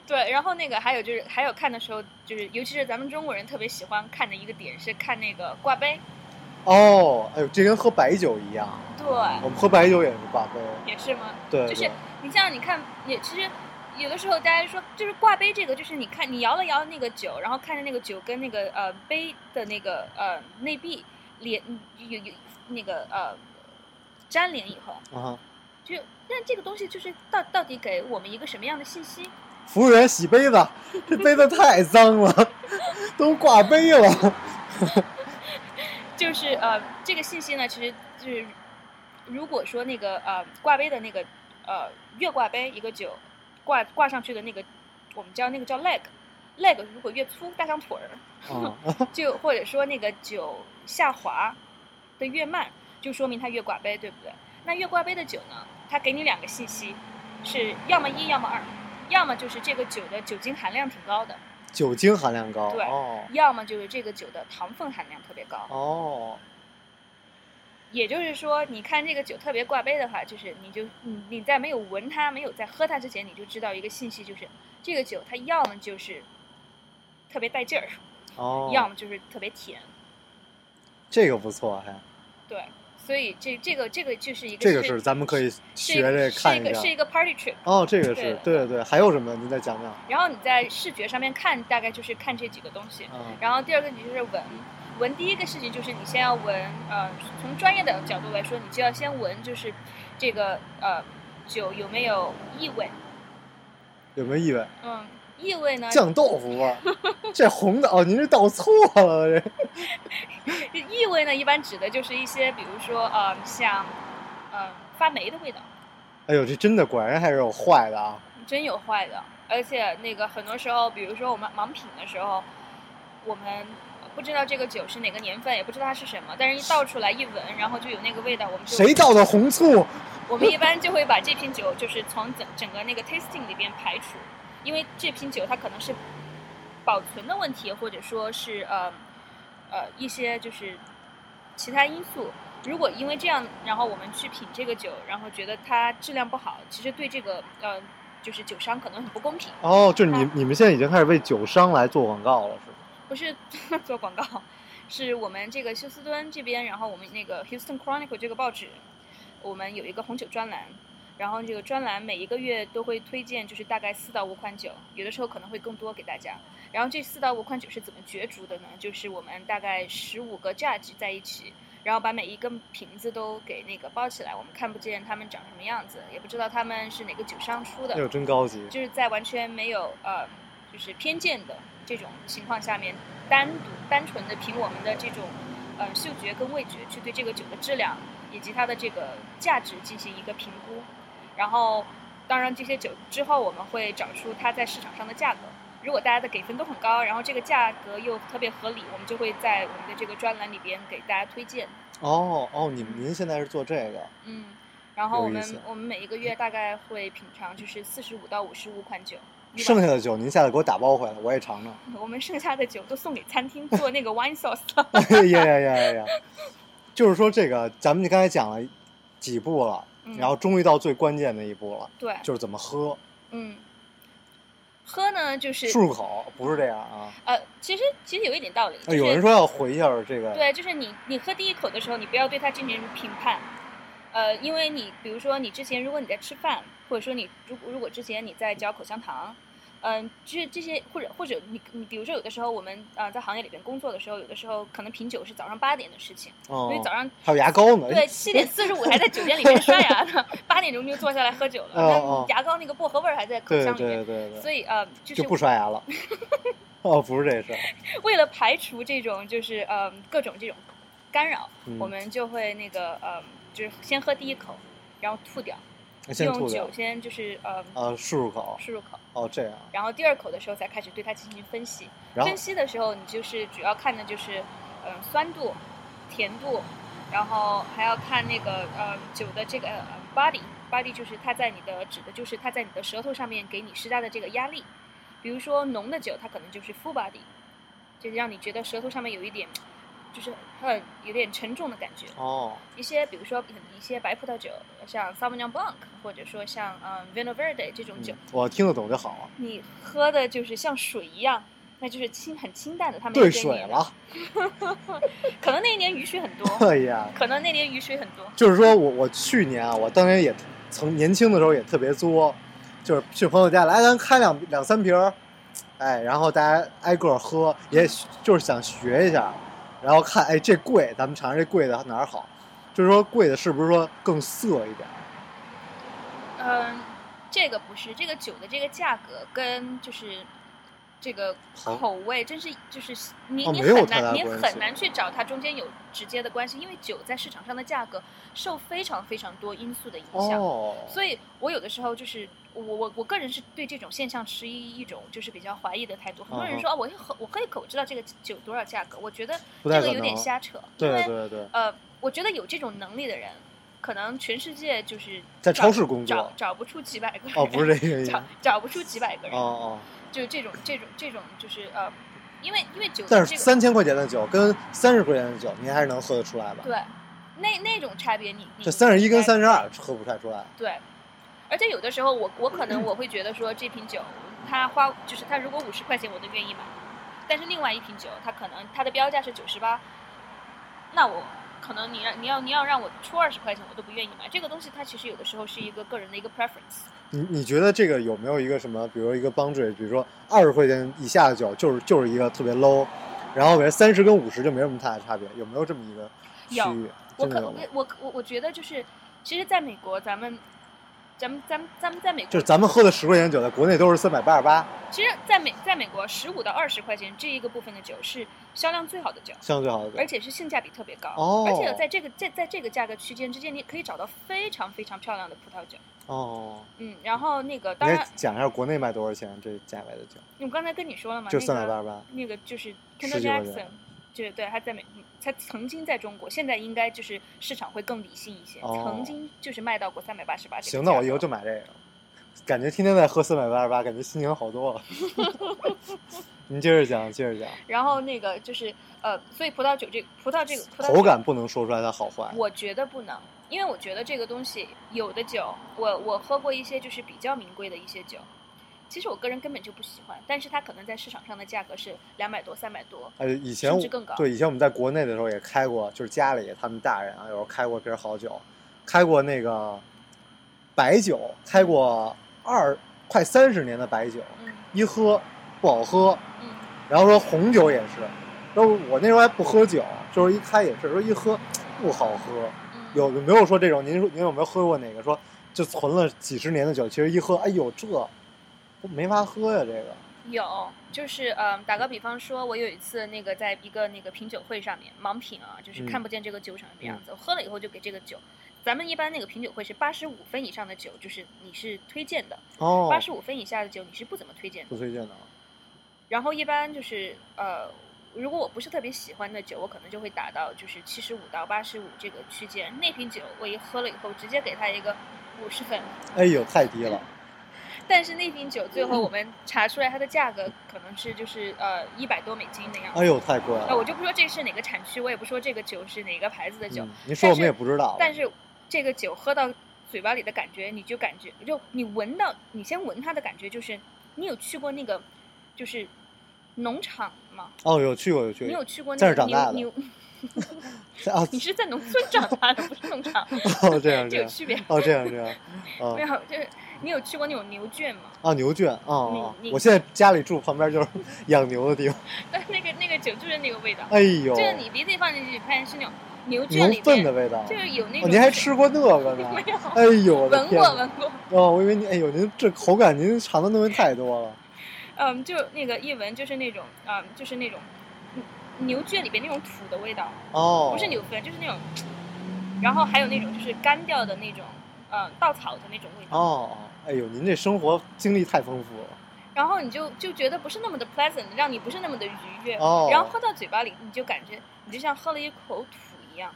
[SPEAKER 4] 对，然后那个还有就是还有看的时候，就是尤其是咱们中国人特别喜欢看的一个点是看那个挂杯，
[SPEAKER 3] 哦，哎呦，这跟喝白酒一样，
[SPEAKER 4] 对，
[SPEAKER 3] 我们喝白酒也是挂杯，
[SPEAKER 4] 也是吗？
[SPEAKER 3] 对，
[SPEAKER 4] 就是
[SPEAKER 3] 对
[SPEAKER 4] 你像你看，也其实有的时候大家说，就是挂杯这个，就是你看你摇了摇那个酒，然后看着那个酒跟那个呃杯的那个呃内壁连有有那个呃粘连以后，
[SPEAKER 3] 啊哈，
[SPEAKER 4] 就那这个东西就是到到底给我们一个什么样的信息？
[SPEAKER 3] 服务员洗杯子，这杯子太脏了， 都挂杯 了，
[SPEAKER 4] 就是呃，这个信息呢，其实就是如果说那个呃挂杯的那个呃越挂杯一个酒挂挂上去的那个，我们叫那个叫 leg。leg 如果越粗，大象腿儿，
[SPEAKER 3] 啊，
[SPEAKER 4] 就或者说那个酒下滑的越慢，就说明它越挂杯，对不对？那越挂杯的酒呢，它给你两个信息，是要么一，要么二，要么就是这个酒的酒精含量挺高的，
[SPEAKER 3] 酒精含量高，
[SPEAKER 4] 对
[SPEAKER 3] 哦，
[SPEAKER 4] 要么就是这个酒的糖分含量特别高。
[SPEAKER 3] 哦，
[SPEAKER 4] 也就是说，你看这个酒特别挂杯的话，就是你就你你在没有闻它、没有在喝它之前，你就知道一个信息，就是这个酒它要么就是特别带劲儿，
[SPEAKER 3] 哦，
[SPEAKER 4] 要么就是特别甜。
[SPEAKER 3] 这个不错，还哎
[SPEAKER 4] 对，所以这这个这个就是一个
[SPEAKER 3] 这个是咱们可以学着看
[SPEAKER 4] 是一
[SPEAKER 3] 一
[SPEAKER 4] 个
[SPEAKER 3] 下
[SPEAKER 4] 是。一个 party trip。
[SPEAKER 3] 哦，这个
[SPEAKER 4] 对
[SPEAKER 3] 是
[SPEAKER 4] 的
[SPEAKER 3] 对对对，还有什么？您再讲讲。
[SPEAKER 4] 然后你在视觉上面看，大概就是看这几个东西。
[SPEAKER 3] 嗯
[SPEAKER 4] 然后第二个你就是闻，闻第一个事情就是你先要闻，呃，从专业的角度来说，你就要先闻就是这个呃酒有没有异味，
[SPEAKER 3] 有没有异味？
[SPEAKER 4] 嗯，异味呢，
[SPEAKER 3] 酱豆腐 味儿，这红的哦，您这倒错了，这
[SPEAKER 4] 这异味呢一般指的就是一些比如说呃像呃发霉的味道，
[SPEAKER 3] 哎呦，这真的果然还是有坏的啊！
[SPEAKER 4] 真有坏的，而且那个很多时候，比如说我们盲品的时候，我们不知道这个酒是哪个年份，也不知道它是什么，但是一倒出来一闻，然后就有那个味道，我们就
[SPEAKER 3] 谁倒的红醋？
[SPEAKER 4] 我们一般就会把这瓶酒就是从整整个那个 tasting 里边排除，因为这瓶酒它可能是保存的问题，或者说是呃呃一些就是其他因素。如果因为这样，然后我们去品这个酒，然后觉得它质量不好，其实对这个呃就是酒商可能很不公平。
[SPEAKER 3] 哦，就是你你们现在已经开始为酒商来做广告了，是吗？
[SPEAKER 4] 不是 做广告，是我们这个休斯敦这边，然后我们那个 Houston Chronicle 这个报纸，我们有一个红酒专栏，然后这个专栏每一个月都会推荐，就是大概四到五款酒，有的时候可能会更多给大家。然后这四到五款酒是怎么角逐的呢？就是我们大概十五个 judge 在一起。然后把每一个瓶子都给那个包起来，我们看不见它们长什么样子，也不知道它们是哪个酒商出的
[SPEAKER 3] 哎。呦，真高级！
[SPEAKER 4] 就是在完全没有呃，就是偏见的这种情况下面，单独单纯的凭我们的这种呃嗅觉跟味觉去对这个酒的质量以及它的这个价值进行一个评估，然后当然这些酒之后我们会找出它在市场上的价格。如果大家的给分都很高，然后这个价格又特别合理，我们就会在我们的这个专栏里边给大家推荐。
[SPEAKER 3] 哦哦，你们您现在是做这个？
[SPEAKER 4] 嗯，然后
[SPEAKER 3] 有
[SPEAKER 4] 我
[SPEAKER 3] 意
[SPEAKER 4] 们
[SPEAKER 3] 思
[SPEAKER 4] 我们每一个月大概会品尝就是四十五到五十五款 酒，一晚
[SPEAKER 3] 剩下的酒您下次给我打包回来，我也尝 尝。
[SPEAKER 4] 我们剩下的酒都送给餐厅做那个 wine sauce 了。
[SPEAKER 3] 哎呀呀呀呀呀！就是说这个，咱们刚才讲了几步了，
[SPEAKER 4] 嗯
[SPEAKER 3] 然后终于到最关键的一步了，
[SPEAKER 4] 对，
[SPEAKER 3] 就是怎么喝，
[SPEAKER 4] 嗯，喝呢就是
[SPEAKER 3] 漱口不是这样啊。
[SPEAKER 4] 呃，其实其实有一点道理，就
[SPEAKER 3] 哎
[SPEAKER 4] 是、
[SPEAKER 3] 有人说要回一下这个，
[SPEAKER 4] 对，就是你你喝第一口的时候，你不要对它进行评判，呃，因为你比如说你之前如果你在吃饭，或者说你如如果之前你在嚼口香糖。嗯，这这些或者或者你你比如说有的时候我们呃在行业里边工作的时候，有的时候可能品酒是早上八点的事情，因为
[SPEAKER 3] 哦
[SPEAKER 4] 早，上
[SPEAKER 3] 还有牙膏呢。
[SPEAKER 4] 对，七点四十五还在酒店里面刷牙呢，八点钟就坐下来喝酒了，
[SPEAKER 3] 哦哦
[SPEAKER 4] 那牙膏那个薄荷味儿还在口
[SPEAKER 3] 对
[SPEAKER 4] 腔里
[SPEAKER 3] 对
[SPEAKER 4] 面，
[SPEAKER 3] 对对
[SPEAKER 4] 所以呃，就
[SPEAKER 3] 对，
[SPEAKER 4] 是
[SPEAKER 3] 就不刷牙了。 哦，不是这事儿。
[SPEAKER 4] 为了排除这种就是呃各种这种干扰，
[SPEAKER 3] 嗯
[SPEAKER 4] 我们就会那个呃，就是先喝第一口，然后吐掉，
[SPEAKER 3] 那先
[SPEAKER 4] 用
[SPEAKER 3] 吐
[SPEAKER 4] 酒
[SPEAKER 3] 掉，
[SPEAKER 4] 先就是呃
[SPEAKER 3] 啊，漱漱口。
[SPEAKER 4] 漱入口，
[SPEAKER 3] 哦，这样。
[SPEAKER 4] 然后第二口的时候才开始对它进行分析。
[SPEAKER 3] 然后
[SPEAKER 4] 分析的时候，你就是主要看的就是，嗯、酸度、甜度，然后还要看那个呃酒的这个呃 body body，就是它在你的指的就是它在你的舌头上面给你施加的这个压力。比如说浓的酒，它可能就是 full body，就是让你觉得舌头上面有一点，就是很有点沉重的感觉。
[SPEAKER 3] 哦，
[SPEAKER 4] 一些比如说一些白葡萄酒，像 Sauvignon Blanc，或者说像嗯、呃 Vino Verde 这种
[SPEAKER 3] 嗯
[SPEAKER 4] 酒，
[SPEAKER 3] 我听得懂就好。
[SPEAKER 4] 你喝的就是像水一样，那就是清很清淡的，他们
[SPEAKER 3] 兑水了，
[SPEAKER 4] 可能那一年雨水很多，
[SPEAKER 3] 哎呀，
[SPEAKER 4] 可能那年雨水很多。
[SPEAKER 3] 就是说我我去年啊，我当年也曾年轻的时候也特别作，就是去朋友家来，咱开两两三瓶儿，哎，然后大家挨个儿喝，也许就是想学一下，然后看哎这贵，咱们尝尝这贵的哪儿好，就是说贵的是不是说更涩一点？
[SPEAKER 4] 嗯、这个不是这个酒的这个价格跟就是这个
[SPEAKER 3] 好
[SPEAKER 4] 口味，真是就是你、
[SPEAKER 3] 哦
[SPEAKER 4] 你
[SPEAKER 3] 没有
[SPEAKER 4] 很
[SPEAKER 3] 太大
[SPEAKER 4] 难你
[SPEAKER 3] 关
[SPEAKER 4] 很
[SPEAKER 3] 系
[SPEAKER 4] 难去找它中间有直接的关系，因为酒在市场上的价格受非常非常多因素的影响。
[SPEAKER 3] 哦，
[SPEAKER 4] 所以我有的时候就是我我我个人是对这种现象持一一种就是比较怀疑的态度。很多
[SPEAKER 3] 嗯
[SPEAKER 4] 人说啊，我一喝我喝一口我知道这个酒多少价格，我觉得
[SPEAKER 3] 不
[SPEAKER 4] 这
[SPEAKER 3] 太
[SPEAKER 4] 个
[SPEAKER 3] 可
[SPEAKER 4] 有点
[SPEAKER 3] 能
[SPEAKER 4] 瞎扯，因
[SPEAKER 3] 对
[SPEAKER 4] 为
[SPEAKER 3] 对对，
[SPEAKER 4] 呃，我觉得有这种能力的人，可能全世界就是
[SPEAKER 3] 在
[SPEAKER 4] 找
[SPEAKER 3] 超市工作
[SPEAKER 4] 找找不出几百个人，
[SPEAKER 3] 哦，不是这个意思
[SPEAKER 4] 找，找不出几百个人，
[SPEAKER 3] 哦哦，
[SPEAKER 4] 就是这种这种这种就是呃，因为因为酒
[SPEAKER 3] 但
[SPEAKER 4] 这
[SPEAKER 3] 是
[SPEAKER 4] 个
[SPEAKER 3] 三千块钱的酒跟三十块钱的酒，您还是能喝得出来吧？
[SPEAKER 4] 对那那种差别你你
[SPEAKER 3] 这三十一跟
[SPEAKER 4] 应该
[SPEAKER 3] 三十二喝不太出来。
[SPEAKER 4] 对，而且有的时候我我可能我会觉得说这瓶酒，它花就是它如果五十块钱我都愿意买，但是另外一瓶酒它可能它的标价是九十八，那我可能你让你要你要让我出二十块钱，我都不愿意买。这个东西它其实有的时候是一个个人的一个 preference。
[SPEAKER 3] 你你觉得这个有没有一个什么，比如一个帮助，比如说二十块钱以下的酒就是就是一个特别 low，然后比如三十跟五十就没什么太大差别，有没有这么一个区
[SPEAKER 4] 有
[SPEAKER 3] 域？
[SPEAKER 4] 我
[SPEAKER 3] 真的
[SPEAKER 4] 可
[SPEAKER 3] 有
[SPEAKER 4] 我
[SPEAKER 3] 吗？
[SPEAKER 4] 我我我觉得就是，其实在美国咱们。咱们咱们咱们在美国，
[SPEAKER 3] 就是咱们喝的十块钱酒，在国内都是三百八十八，
[SPEAKER 4] 其实在美在美国，十五到二十块钱这一个部分的酒是销量最好的酒，
[SPEAKER 3] 相对好的酒
[SPEAKER 4] 而。且是性价比特别高。
[SPEAKER 3] 哦
[SPEAKER 4] 而且在这个在在这个价格区间之间，你可以找到非常非常漂亮的葡萄酒。
[SPEAKER 3] 哦，
[SPEAKER 4] 嗯，然后那个
[SPEAKER 3] 你
[SPEAKER 4] 当
[SPEAKER 3] 可以
[SPEAKER 4] 然，
[SPEAKER 3] 讲一下国内卖多少钱这价位的酒？
[SPEAKER 4] 我刚才跟你说了嘛，
[SPEAKER 3] 就
[SPEAKER 4] 那
[SPEAKER 3] 三百
[SPEAKER 4] 个
[SPEAKER 3] 八十八。
[SPEAKER 4] 那个就是
[SPEAKER 3] 十
[SPEAKER 4] Kendall
[SPEAKER 3] 几块钱
[SPEAKER 4] Jackson，就是对他在美，他曾经在中国，现在应该就是市场会更理性一些。
[SPEAKER 3] 哦
[SPEAKER 4] 曾经就是卖到过三百八十八。
[SPEAKER 3] 行，那我以后就买这个。感觉天天在喝三百八十八，感觉心情好多了。 您接着讲，接着讲。
[SPEAKER 4] 然后那个就是呃，所以葡萄酒这葡萄这个葡萄酒
[SPEAKER 3] 口感不能说出来它好坏。
[SPEAKER 4] 我觉得不能，因为我觉得这个东西有的酒，我我喝过一些就是比较名贵的一些酒，其实我个人根本就不喜欢，但是它可能在市场上的价格是两百多、三百多。
[SPEAKER 3] 呃，以前我
[SPEAKER 4] 甚至更高
[SPEAKER 3] 对以前我们在国内的时候也开过，就是家里他们大人啊，有时候开过一瓶好酒，开过那个白酒，开过二快三十年的白酒，
[SPEAKER 4] 嗯
[SPEAKER 3] 一喝不好喝，
[SPEAKER 4] 嗯，
[SPEAKER 3] 然后说红酒也是，然后我那时候还不喝酒，就是一开也是说一喝不好喝，
[SPEAKER 4] 嗯
[SPEAKER 3] 有有没有说这种？您说您有没有喝过哪个说就存了几十年的酒，其实一喝，哎呦这我没法喝呀、这个
[SPEAKER 4] 有，就是嗯，打个比方说，我有一次那个在一个那个品酒会上面盲品啊，就是
[SPEAKER 3] 嗯
[SPEAKER 4] 看不见这个酒长什么样子，我喝了以后就给这个酒。咱们一般那个品酒会是八十五分以上的酒，就是你是推荐的；
[SPEAKER 3] 哦
[SPEAKER 4] 八，十五分以下的酒你是不怎么推荐的。
[SPEAKER 3] 不推荐的啊。
[SPEAKER 4] 然后一般就是呃，如果我不是特别喜欢的酒，我可能就会打到就是七十五到八十五这个区间。那瓶酒我一喝了以后，直接给它一个五十分。
[SPEAKER 3] 哎呦太低了，
[SPEAKER 4] 但是那瓶酒最后我们查出来它的价格可能是就是呃一百多美金那样子。
[SPEAKER 3] 哎呦太贵
[SPEAKER 4] 那
[SPEAKER 3] 了。
[SPEAKER 4] 我就不说这是哪个产区，我也不说这个酒是哪个牌子的酒
[SPEAKER 3] 嗯，，您说我们也不知道了。
[SPEAKER 4] 但是这个酒喝到嘴巴里的感觉，你就感觉就你闻到，你先闻它的感觉就是，你有去过那个就是农场吗？
[SPEAKER 3] 哦，有去过有去
[SPEAKER 4] 你
[SPEAKER 3] 过
[SPEAKER 4] 有去过
[SPEAKER 3] 在
[SPEAKER 4] 那
[SPEAKER 3] 这长
[SPEAKER 4] 个
[SPEAKER 3] 大的
[SPEAKER 4] 牛牛？
[SPEAKER 3] 啊，
[SPEAKER 4] 你是在农村长大的，不是 农场，
[SPEAKER 3] 哦这 样这
[SPEAKER 4] 这有
[SPEAKER 3] 样，
[SPEAKER 4] 区别。
[SPEAKER 3] 哦这样这 样，
[SPEAKER 4] 没
[SPEAKER 3] 啊
[SPEAKER 4] 有，就是你有去过那种牛圈吗？
[SPEAKER 3] 啊牛圈啊啊！
[SPEAKER 4] 你你
[SPEAKER 3] 我现在家里住旁边就是 养牛的地方，
[SPEAKER 4] 但那个那个酒就是那个味道，
[SPEAKER 3] 哎呦
[SPEAKER 4] 就，是你鼻子一放进去，发现是那种牛
[SPEAKER 3] 牛
[SPEAKER 4] 圈里
[SPEAKER 3] 粪的
[SPEAKER 4] 面，
[SPEAKER 3] 味道。
[SPEAKER 4] 就是有那
[SPEAKER 3] 哦，
[SPEAKER 4] 种。
[SPEAKER 3] 您还吃过那个呢？
[SPEAKER 4] 没有？
[SPEAKER 3] 哎呦我的
[SPEAKER 4] 闻
[SPEAKER 3] 天
[SPEAKER 4] 过
[SPEAKER 3] 哪！
[SPEAKER 4] 闻过，
[SPEAKER 3] 哦，我以为您，哎呦，您这口感您尝的东西太多了。
[SPEAKER 4] 嗯，就那个一闻就是那种，嗯，就是那种嗯牛圈里边那种土的味道，
[SPEAKER 3] 哦，
[SPEAKER 4] 不是牛粪，就是那种，然后还有那种就是干掉的那种，嗯，稻草的那种味道，
[SPEAKER 3] 哦，哎呦，您这生活经历太丰富了。
[SPEAKER 4] 然后你就就觉得不是那么的 pleasant，让你不是那么的愉悦，
[SPEAKER 3] 哦，
[SPEAKER 4] 然后喝到嘴巴里，你就感觉你就像喝了一口土一样，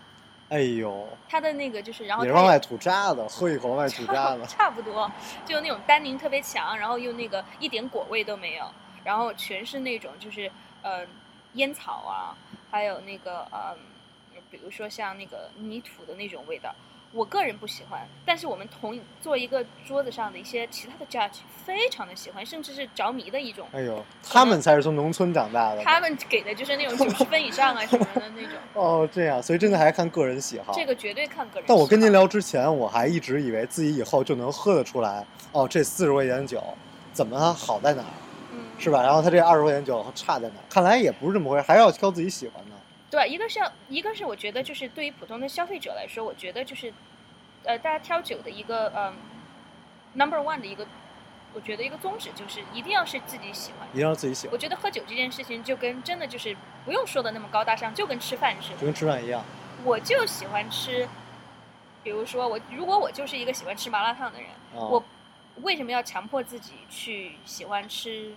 [SPEAKER 3] 哎呦，
[SPEAKER 4] 它的那个就是，然后
[SPEAKER 3] 也
[SPEAKER 4] 它
[SPEAKER 3] 是往
[SPEAKER 4] 也
[SPEAKER 3] 外吐渣子，喝一口往外吐渣
[SPEAKER 4] 差
[SPEAKER 3] 子。
[SPEAKER 4] 差不多，就那种单宁特别强，然后又那个一点果味都没有，然后全是那种就是呃烟草啊，还有那个呃，比如说像那个泥土的那种味道，我个人不喜欢，但是我们同做一个桌子上的一些其他的 judge 非常的喜欢，甚至是着迷的一种。
[SPEAKER 3] 哎 呦，他们才是从农村长大的。
[SPEAKER 4] 他们给的就是 那种九十分以上啊什么的那种，
[SPEAKER 3] 哦，这样，所以真的还是看个人喜好。
[SPEAKER 4] 这个绝对看个人。
[SPEAKER 3] 但我跟您，聊之前，我还一直以为自己以后就能喝得出来，哦，这四十块钱酒怎么它好在哪儿，
[SPEAKER 4] 嗯，
[SPEAKER 3] 是吧？然后它这二十块钱酒差在哪儿？看来也不是这么回事，还是要挑自己喜欢的。
[SPEAKER 4] 对，一个是要，一个是我觉得就是对于普通的消费者来说，我觉得就是，呃，大家挑酒的一个嗯，number one 的一个，我觉得一个宗旨就是一定要是自己喜欢
[SPEAKER 3] 一。定要自己喜欢
[SPEAKER 4] 我，觉得喝酒这件事情就跟真的就是不用说的那么高大上，就跟吃饭似
[SPEAKER 3] 就
[SPEAKER 4] 的。
[SPEAKER 3] 跟吃饭一样。
[SPEAKER 4] 我就喜欢吃，比如说我如果我就是一个喜欢吃麻辣烫的人，
[SPEAKER 3] 啊
[SPEAKER 4] 我为什么要强迫自己去喜欢吃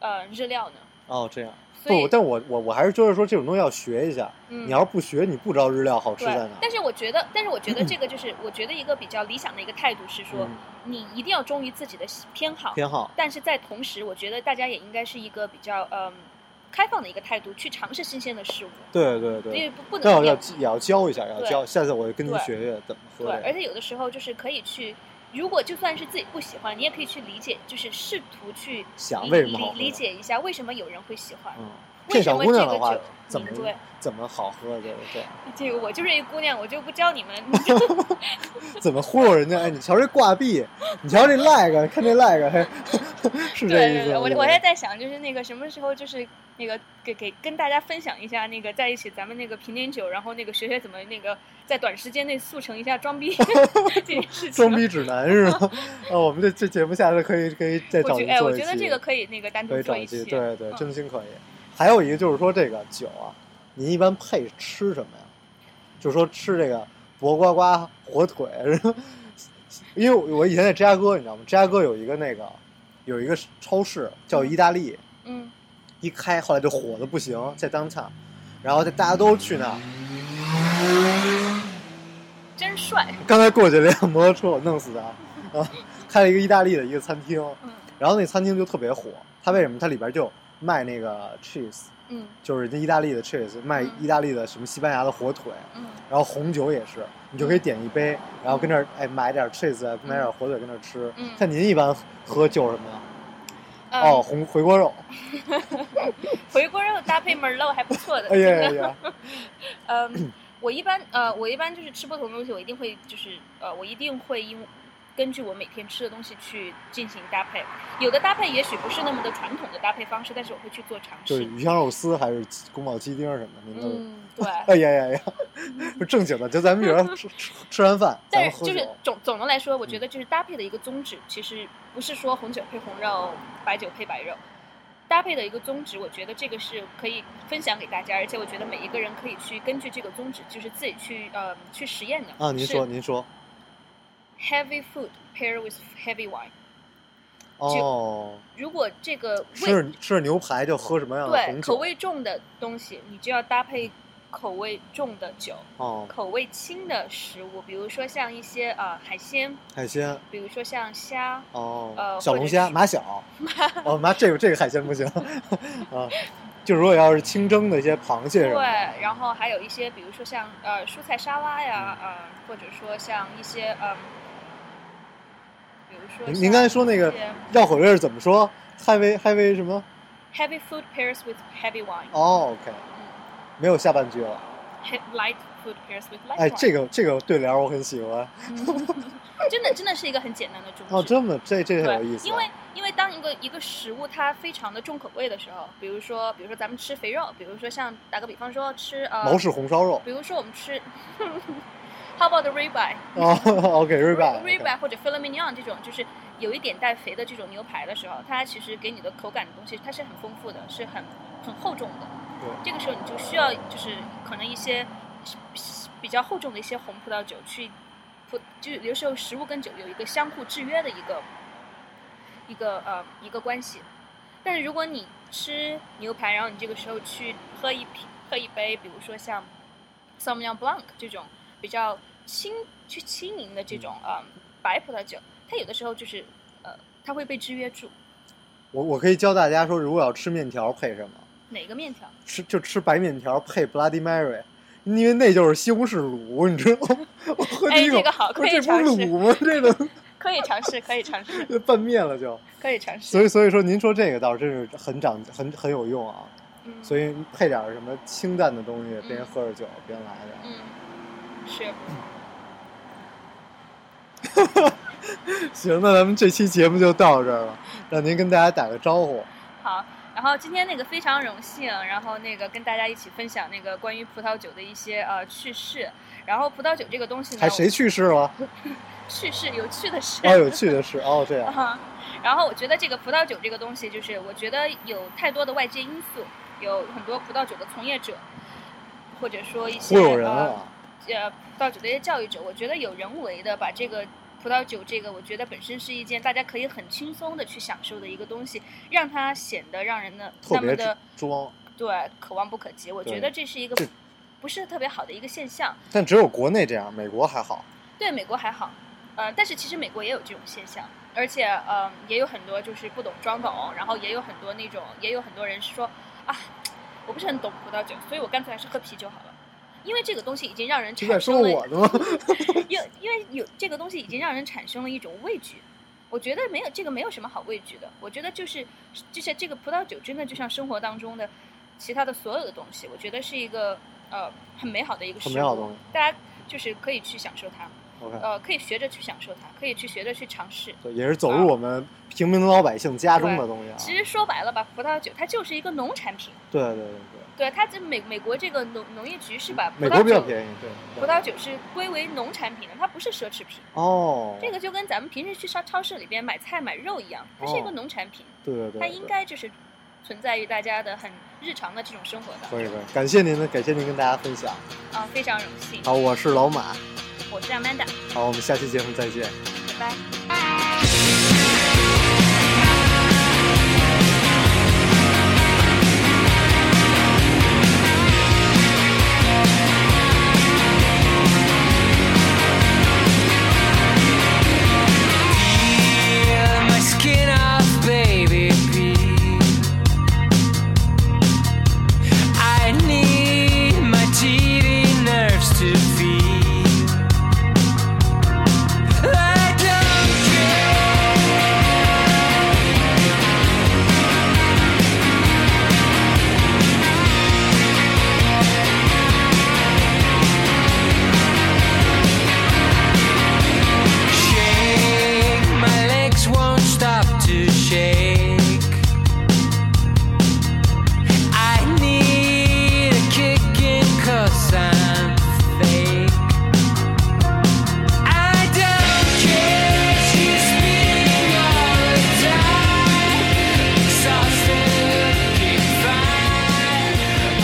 [SPEAKER 4] 呃日料呢？
[SPEAKER 3] 哦，这样。
[SPEAKER 4] 所以
[SPEAKER 3] 不，但我我我还是觉得说这种东西要学一下。
[SPEAKER 4] 嗯
[SPEAKER 3] 你要是不学，你不知道日料好吃在
[SPEAKER 4] 对
[SPEAKER 3] 哪，。
[SPEAKER 4] 但是我觉得，但是我觉得这个就是，我觉得一个比较理想的一个态度是说，
[SPEAKER 3] 嗯
[SPEAKER 4] 你一定要忠于自己的喜偏好，
[SPEAKER 3] 偏好，
[SPEAKER 4] 但是在同时，我觉得大家也应该是一个比较嗯开放的一个态度，去尝试新鲜的事物，
[SPEAKER 3] 对对
[SPEAKER 4] 因为
[SPEAKER 3] 对。
[SPEAKER 4] 不不
[SPEAKER 3] 但
[SPEAKER 4] 能
[SPEAKER 3] 我要
[SPEAKER 4] 要
[SPEAKER 3] 也要教一下，也要
[SPEAKER 4] 对
[SPEAKER 3] 教。下次我就跟您
[SPEAKER 4] 对
[SPEAKER 3] 学学怎么喝
[SPEAKER 4] 对，
[SPEAKER 3] 这个。
[SPEAKER 4] 而且有的时候就是可以去。如果就算是自己不喜欢，你也可以去理解，就是试图去
[SPEAKER 3] 想
[SPEAKER 4] 理
[SPEAKER 3] 为什么好
[SPEAKER 4] 理
[SPEAKER 3] 喝
[SPEAKER 4] 理解一下为什么有人会喜欢，
[SPEAKER 3] 嗯，
[SPEAKER 4] 为
[SPEAKER 3] 骗
[SPEAKER 4] 什
[SPEAKER 3] 小
[SPEAKER 4] 么
[SPEAKER 3] 姑
[SPEAKER 4] 这
[SPEAKER 3] 娘
[SPEAKER 4] 个
[SPEAKER 3] 的话
[SPEAKER 4] 酒，
[SPEAKER 3] 怎么
[SPEAKER 4] 嗯对
[SPEAKER 3] 怎么好喝？这个这样，
[SPEAKER 4] 这个我就是一姑娘，我就不 教你们。
[SPEAKER 3] 怎么忽悠人家？哎，你瞧这挂壁，你瞧这 lag，看这 lag，嘿 是这
[SPEAKER 4] 对
[SPEAKER 3] 意
[SPEAKER 4] 对
[SPEAKER 3] 思
[SPEAKER 4] 对，
[SPEAKER 3] 吗？
[SPEAKER 4] 我我还在想，就是那个什么时候，就是那个给给跟大家分享一下那个在一起咱们那个品点酒，然后那个学学怎么那个在短时间内速成一下装逼 这件事情。
[SPEAKER 3] 装逼指南是吗？ 啊，我们这这节目下次可以可以再
[SPEAKER 4] 我
[SPEAKER 3] 找
[SPEAKER 4] 觉
[SPEAKER 3] 您
[SPEAKER 4] 得哎，
[SPEAKER 3] 做
[SPEAKER 4] 我
[SPEAKER 3] 一期，
[SPEAKER 4] 觉得这个可以那个单
[SPEAKER 3] 可
[SPEAKER 4] 独
[SPEAKER 3] 以
[SPEAKER 4] 嗯做
[SPEAKER 3] 找
[SPEAKER 4] 一
[SPEAKER 3] 一
[SPEAKER 4] 期
[SPEAKER 3] 期，。对对，
[SPEAKER 4] 嗯
[SPEAKER 3] 真心可以。还有一个就是说这个酒啊，您一般配吃什么呀？就是说吃这个薄瓜瓜火腿，是吧因为我以前在芝加哥，你知道吗？芝加哥有一个那个有一个超市叫意大利，
[SPEAKER 4] 嗯，
[SPEAKER 3] 一开后来就火的不行，在当场，然后就大家都去那儿。
[SPEAKER 4] 真帅。
[SPEAKER 3] 刚才过去了一辆摩托车，我弄死他啊！开了一个意大利的一个餐厅，
[SPEAKER 4] 嗯
[SPEAKER 3] 然后那餐厅就特别火。它为什么？它里边就卖那个 cheese，
[SPEAKER 4] 嗯
[SPEAKER 3] 就是人家意大利的 cheese，卖
[SPEAKER 4] 嗯
[SPEAKER 3] 意大利的什么西班牙的火腿，
[SPEAKER 4] 嗯
[SPEAKER 3] 然后红酒也是，你就可以点一杯，然后跟那儿哎买点 cheese，啊买点火腿跟那儿吃。
[SPEAKER 4] 嗯
[SPEAKER 3] 像您一般喝酒什么呀？
[SPEAKER 4] 嗯，
[SPEAKER 3] 哦，红回锅 肉。
[SPEAKER 4] 回锅肉搭配 merlot 还不错的。
[SPEAKER 3] 哎呀呀呀！
[SPEAKER 4] 嗯，我一般呃，我一般就是吃不同的东西，我一定会就是呃，我一定会因根据我每天吃的东西去进行搭配。有的搭配也许不是那么的传统的搭配方式，但是我会去做尝
[SPEAKER 3] 就是
[SPEAKER 4] 试。
[SPEAKER 3] 鱼香肉丝还是宫保鸡丁什么的，您都。
[SPEAKER 4] 嗯，对。
[SPEAKER 3] 哎呀呀呀！不是 正经的，就咱们比如 说吃吃吃完饭，咱
[SPEAKER 4] 但
[SPEAKER 3] 们
[SPEAKER 4] 是
[SPEAKER 3] 喝
[SPEAKER 4] 就是
[SPEAKER 3] 酒。嗯
[SPEAKER 4] 总总的来说，我觉得就是搭配的一个宗旨，其实不是说红酒配红肉，白酒配白肉。搭配的一个宗旨，我觉得这个是可以分享给大家，而且我觉得每一个人可以去根据这个宗旨，就是自己去呃去实验的。
[SPEAKER 3] 啊，您
[SPEAKER 4] 是
[SPEAKER 3] 说您说，
[SPEAKER 4] heavy food pair with heavy wine。
[SPEAKER 3] 哦，
[SPEAKER 4] 如果这个味
[SPEAKER 3] 吃吃牛排就喝什么样的红
[SPEAKER 4] 对
[SPEAKER 3] 酒？
[SPEAKER 4] 口味重的东西，你就要搭配口味重的酒；
[SPEAKER 3] 哦，
[SPEAKER 4] 口味轻的食物，比如说像一些呃海鲜，
[SPEAKER 3] 海鲜
[SPEAKER 4] 比如说像虾，
[SPEAKER 3] 哦，
[SPEAKER 4] 呃
[SPEAKER 3] 小
[SPEAKER 4] 或
[SPEAKER 3] 龙
[SPEAKER 4] 者
[SPEAKER 3] 虾、
[SPEAKER 4] 是
[SPEAKER 3] 马 小，哦妈，这个这个海鲜不行啊。就如果要是清蒸的一些螃蟹什
[SPEAKER 4] 对，
[SPEAKER 3] 么的，
[SPEAKER 4] 然后还有一些比如说像呃蔬菜沙拉呀，
[SPEAKER 3] 嗯
[SPEAKER 4] 呃或者说像一些嗯、比如说
[SPEAKER 3] 您
[SPEAKER 4] 像
[SPEAKER 3] 您刚才说那个
[SPEAKER 4] 一些
[SPEAKER 3] 绕口令儿怎么说？highway highway 什么？
[SPEAKER 4] heavy food pairs with heavy wine，
[SPEAKER 3] 哦，OK，没有下半句了。
[SPEAKER 4] he- light food pairs with light wine。
[SPEAKER 3] 哎，这个这个对联儿我很喜欢。
[SPEAKER 4] 真的真的是一个很简单的中式。
[SPEAKER 3] 哦，这么这这很有意
[SPEAKER 4] 对，
[SPEAKER 3] 思啊。
[SPEAKER 4] 因为因为当一个一个食物它非常的重口味的时候，比如说比如说咱们吃肥肉，比如说像打个比方说吃呃
[SPEAKER 3] 啊毛氏红烧肉
[SPEAKER 4] 比如说我们吃 ，How about the ribeye？
[SPEAKER 3] 哦 ，OK，ribeye，OK，
[SPEAKER 4] ribeye 或者 filet mignon 这种就是有一点带肥的这种牛排的时候，它其实给你的口感的东西它是很丰富的，是很很厚重的。
[SPEAKER 3] 对
[SPEAKER 4] 这个时候你就需要就是可能一些比较厚重的一些红葡萄酒去葡，就有时候食物跟酒有一个相互制约的一个一个呃一个关系。但是如果你吃牛排，然后你这个时候去喝一瓶喝一杯，比如说像 s a u v i g n Blanc 这种比较轻去轻盈的这种呃白葡萄酒，它有的时候就是呃它会被制约住。
[SPEAKER 3] 我我可以教大家说，如果要吃面条配什么？
[SPEAKER 4] 哪个面条？
[SPEAKER 3] 吃就吃白面条配 Bloody Mary，因为那就是西红柿卤，你知道吗？我喝第
[SPEAKER 4] 哎
[SPEAKER 3] 一口，
[SPEAKER 4] 这个好
[SPEAKER 3] 我说
[SPEAKER 4] 可
[SPEAKER 3] 这
[SPEAKER 4] 以
[SPEAKER 3] 不是
[SPEAKER 4] 尝试
[SPEAKER 3] 卤吗？这个
[SPEAKER 4] 可以尝试，可以尝试，
[SPEAKER 3] 就拌面了 就。
[SPEAKER 4] 可以尝试。
[SPEAKER 3] 所以所以说，您说这个倒真是很长很很有用啊。
[SPEAKER 4] 嗯
[SPEAKER 3] 所以配点儿什么清淡的东西，边喝着酒边来的。
[SPEAKER 4] 嗯，是
[SPEAKER 3] 行，那咱们这期节目就到这儿了，让您跟大家打个招呼。
[SPEAKER 4] 好。然后今天那个非常荣幸，然后那个跟大家一起分享那个关于葡萄酒的一些呃趣事。然后葡萄酒这个东西呢，
[SPEAKER 3] 还谁去世 了？
[SPEAKER 4] 趣事有趣的事。
[SPEAKER 3] 哦，有趣的是哦，这 样
[SPEAKER 4] 啊，然后我觉得这个葡萄酒这个东西，就是我觉得有太多的外界因素，有很多葡萄酒的从业者，或者说一些
[SPEAKER 3] 忽悠人
[SPEAKER 4] 呃
[SPEAKER 3] 啊！
[SPEAKER 4] 呃葡萄酒的一些教育者，我觉得有人为的把这个葡萄酒这个，我觉得本身是一件大家可以很轻松的去享受的一个东西，让它显得让人的
[SPEAKER 3] 特
[SPEAKER 4] 那么
[SPEAKER 3] 别
[SPEAKER 4] 的
[SPEAKER 3] 装，
[SPEAKER 4] 对可望不可及。我觉
[SPEAKER 3] 对
[SPEAKER 4] 得这是一个
[SPEAKER 3] 这
[SPEAKER 4] 不是特别好的一个现象。
[SPEAKER 3] 但只有国内这样，美国还好。
[SPEAKER 4] 对美国还好，呃，但是其实美国也有这种现象，而且呃，也有很多就是不懂装懂，然后也有很多那种，也有很多人是说啊，我不是很懂葡萄酒，所以我干脆还是喝啤酒好了，因为这个东西已经让人
[SPEAKER 3] 是在说
[SPEAKER 4] 产生了，
[SPEAKER 3] 我呢吗？
[SPEAKER 4] 因为因为有这个东西已经让人产生了一种畏惧。我觉得没有这个没有什么好畏惧的，我觉得就是就像这个葡萄酒真的就像生活当中的其他的所有的东西，我觉得是一个呃很美好的一个事
[SPEAKER 3] 很
[SPEAKER 4] 物，
[SPEAKER 3] 美好的东西
[SPEAKER 4] 大家就是可以去享受它，
[SPEAKER 3] OK，
[SPEAKER 4] 呃，可以学着去享受它，可以去学着去尝试。
[SPEAKER 3] 对，也是走入我们平民老百姓家中的东西啊。
[SPEAKER 4] 其实说白了吧，葡萄酒它就是一个农产品，
[SPEAKER 3] 对对对对，
[SPEAKER 4] 对它这美美国这个农农业局是把葡
[SPEAKER 3] 美国
[SPEAKER 4] 萄
[SPEAKER 3] 比较
[SPEAKER 4] 酒
[SPEAKER 3] 便宜，对。对
[SPEAKER 4] 葡萄酒是归为农产品的，它不是奢侈品。
[SPEAKER 3] 哦，
[SPEAKER 4] 这个就跟咱们平时去超超市里边买菜买肉一样，它是一个
[SPEAKER 3] 哦
[SPEAKER 4] 农产品，
[SPEAKER 3] 对对对，
[SPEAKER 4] 它应
[SPEAKER 3] 对
[SPEAKER 4] 该就是存在于大家的很日常的这种生活的
[SPEAKER 3] 可以可以，感谢您的，感谢您跟大家分享。
[SPEAKER 4] 啊，非常荣幸。
[SPEAKER 3] 好，我是老马，
[SPEAKER 4] 我是 Amanda，
[SPEAKER 3] 好，我们下期节目再见。
[SPEAKER 4] 拜
[SPEAKER 3] 嗯
[SPEAKER 4] 拜。
[SPEAKER 5] Peel my skin off, baby. please. I need my TV nerves to feed. I don't care. Shake, my legs won't stop to shake. I need a kick in 'cause I'm fake. I don't care, she's spinning all the time. Exhausted, keep fine.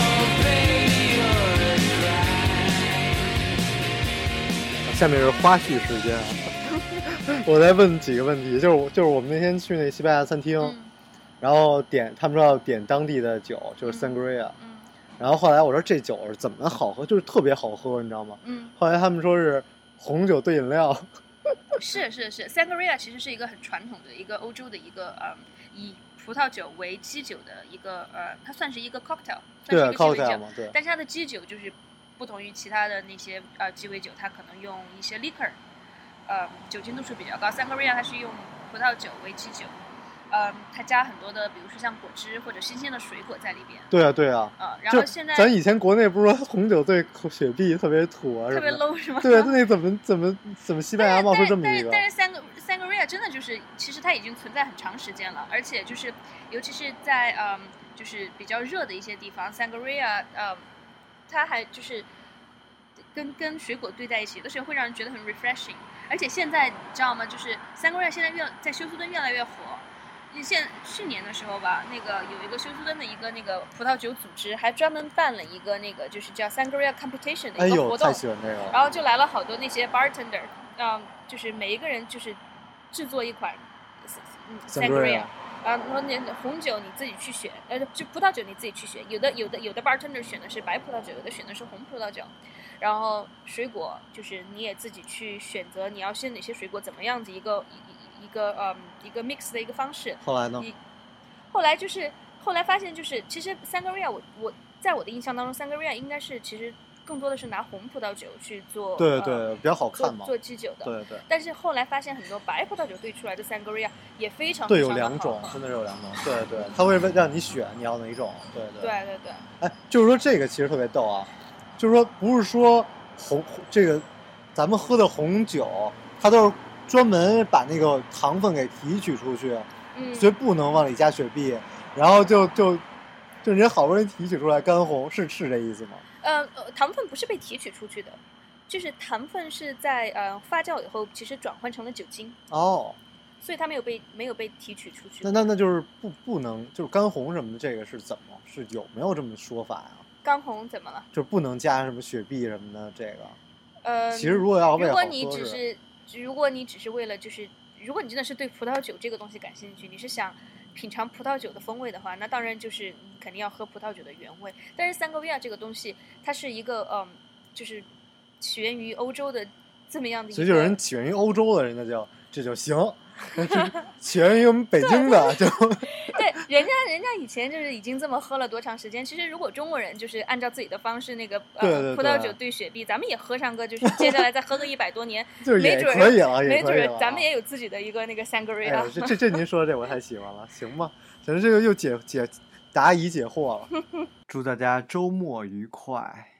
[SPEAKER 5] Oh baby, you're a crime.
[SPEAKER 3] 下面是花絮时间啊，啊 我再问几个问题，就是我就是我们那天去那西班牙餐厅，
[SPEAKER 4] 嗯
[SPEAKER 3] 然后点他们说要点当地的酒，就是
[SPEAKER 4] 嗯
[SPEAKER 3] sangria，、
[SPEAKER 4] 嗯
[SPEAKER 3] 然后后来我说这酒是怎么好喝，就是特别好喝，你知道吗？
[SPEAKER 4] 嗯，
[SPEAKER 3] 后来他们说是红酒兑饮料，
[SPEAKER 4] 是是是，Sangria 其实是一个很传统的一个欧洲的一个呃，以葡萄酒为基酒的一个呃，它算是一个 cocktail，
[SPEAKER 3] 对啊
[SPEAKER 4] 算是一个鸡尾
[SPEAKER 3] ，cocktail
[SPEAKER 4] 酒，
[SPEAKER 3] 嘛，对，
[SPEAKER 4] 但是它的基酒就是不同于其他的那些呃鸡尾酒，它可能用一些 liquor，呃，酒精度数比较高。Sangria 它是用葡萄酒为基酒，呃，它加很多的，比如说像果汁或者新鲜的水果在里边，
[SPEAKER 3] 对啊对啊，
[SPEAKER 4] 呃，然
[SPEAKER 3] 就
[SPEAKER 4] 后现在
[SPEAKER 3] 咱
[SPEAKER 4] 特
[SPEAKER 3] 以前国内不是说红酒兑雪碧特别土啊什
[SPEAKER 4] 别
[SPEAKER 3] 么的，
[SPEAKER 4] low 是吗？
[SPEAKER 3] 对，那怎么怎么怎么西班牙冒出这么
[SPEAKER 4] 但
[SPEAKER 3] 一
[SPEAKER 4] 是
[SPEAKER 3] 个？
[SPEAKER 4] 但是三个三个 r i a 真的就是，其实它已经存在很长时间了，而且就是，尤其是在嗯，就是比较热的一些地方，三个 r i a 嗯，它还就是跟跟水果兑在一起，有的时候会让人觉得很 refreshing。而且现在你知道吗？就是三个 r i a 现在越在休斯顿越来越火。现去年的时候吧，那个有一个休斯顿的一个那个葡萄酒组织，还专门办了一个那个就是叫 Sangria Competition
[SPEAKER 3] 哎
[SPEAKER 4] 的一个
[SPEAKER 3] 呦，
[SPEAKER 4] 活动，
[SPEAKER 3] 太喜欢这个了。
[SPEAKER 4] 然后就来了好多那些 bartender，嗯、就是每一个人就是制作一款，嗯
[SPEAKER 3] Sangria
[SPEAKER 4] ，sangria，然后说那红酒你自己去选，呃，就葡萄酒你自己去选，有的有的有的 bartender 选的是白葡萄酒，有的选的是红葡萄酒，然后水果就是你也自己去选择你要选哪些水果，怎么样子一个一一一个嗯一个 mix 的一个方式，
[SPEAKER 3] 后来呢？
[SPEAKER 4] 一后来就是后来发现，就是其实三个 r i a 我我在我的印象当中，三个 r i a 应该是其实更多的是拿红葡萄酒去做
[SPEAKER 3] 对
[SPEAKER 4] 呃
[SPEAKER 3] 对，比较好
[SPEAKER 4] 做
[SPEAKER 3] 看嘛。
[SPEAKER 4] 做基酒的。
[SPEAKER 3] 对对，
[SPEAKER 4] 但是后来发现很多白葡萄酒兑出来的三个 r i a 也非常
[SPEAKER 3] 对
[SPEAKER 4] 非
[SPEAKER 3] 有
[SPEAKER 4] 常地
[SPEAKER 3] 两
[SPEAKER 4] 好
[SPEAKER 3] 种，真的是有两种。对对，他会让你选你要哪种。对对。
[SPEAKER 4] 对对对，
[SPEAKER 3] 哎，就是说这个其实特别逗啊，就是说不是说红这个咱们喝的红酒，它都是专门把那个糖分给提取出去，
[SPEAKER 4] 嗯，
[SPEAKER 3] 所以不能往里加雪碧，然后就就就人家好不容易提取出来干红，是是这意思吗？
[SPEAKER 4] 呃呃，糖分不是被提取出去的，就是糖分是在呃发酵以后，其实转换成了酒精，
[SPEAKER 3] 哦，
[SPEAKER 4] 所以它没有被没有被提取出去。
[SPEAKER 3] 那那那就是不不能就是干红什么的，这个是怎么是有没有这么说法呀、
[SPEAKER 4] 干红怎么了？
[SPEAKER 3] 就是不能加什么雪碧什么的，这个、
[SPEAKER 4] 呃，
[SPEAKER 3] 其实如果要为
[SPEAKER 4] 如
[SPEAKER 3] 好
[SPEAKER 4] 果
[SPEAKER 3] 喝
[SPEAKER 4] 你只
[SPEAKER 3] 是
[SPEAKER 4] 是，如果你只是为了就是，如果你真的是对葡萄酒这个东西感兴趣，你是想品尝葡萄酒的风味的话，那当然就是你肯定要喝葡萄酒的原味。但是三格维亚这个东西，它是一个嗯，就是起源于欧洲的这么样的一个，
[SPEAKER 3] 所以就有人起源于欧洲的，人家就这就 行，起源于我们北京的就
[SPEAKER 4] 对人家人家以前就是已经这么喝了多长时间。其实如果中国人就是按照自己的方式那个呃
[SPEAKER 3] 对对对
[SPEAKER 4] 葡萄酒兑雪碧，咱们也喝上个，就是接下来再喝个一百多年，
[SPEAKER 3] 就是也
[SPEAKER 4] 没准儿
[SPEAKER 3] 可以了， 也
[SPEAKER 4] 没
[SPEAKER 3] 可
[SPEAKER 4] 准
[SPEAKER 3] 以
[SPEAKER 4] 儿
[SPEAKER 3] 了啊。
[SPEAKER 4] 咱们也有自己的一个那个三格啊
[SPEAKER 3] 哎
[SPEAKER 4] 维亚。
[SPEAKER 3] 呀，这这这您说的这我太喜欢了，行吧，咱这个又解解
[SPEAKER 6] 答疑解惑了。
[SPEAKER 3] 祝大家周末愉快。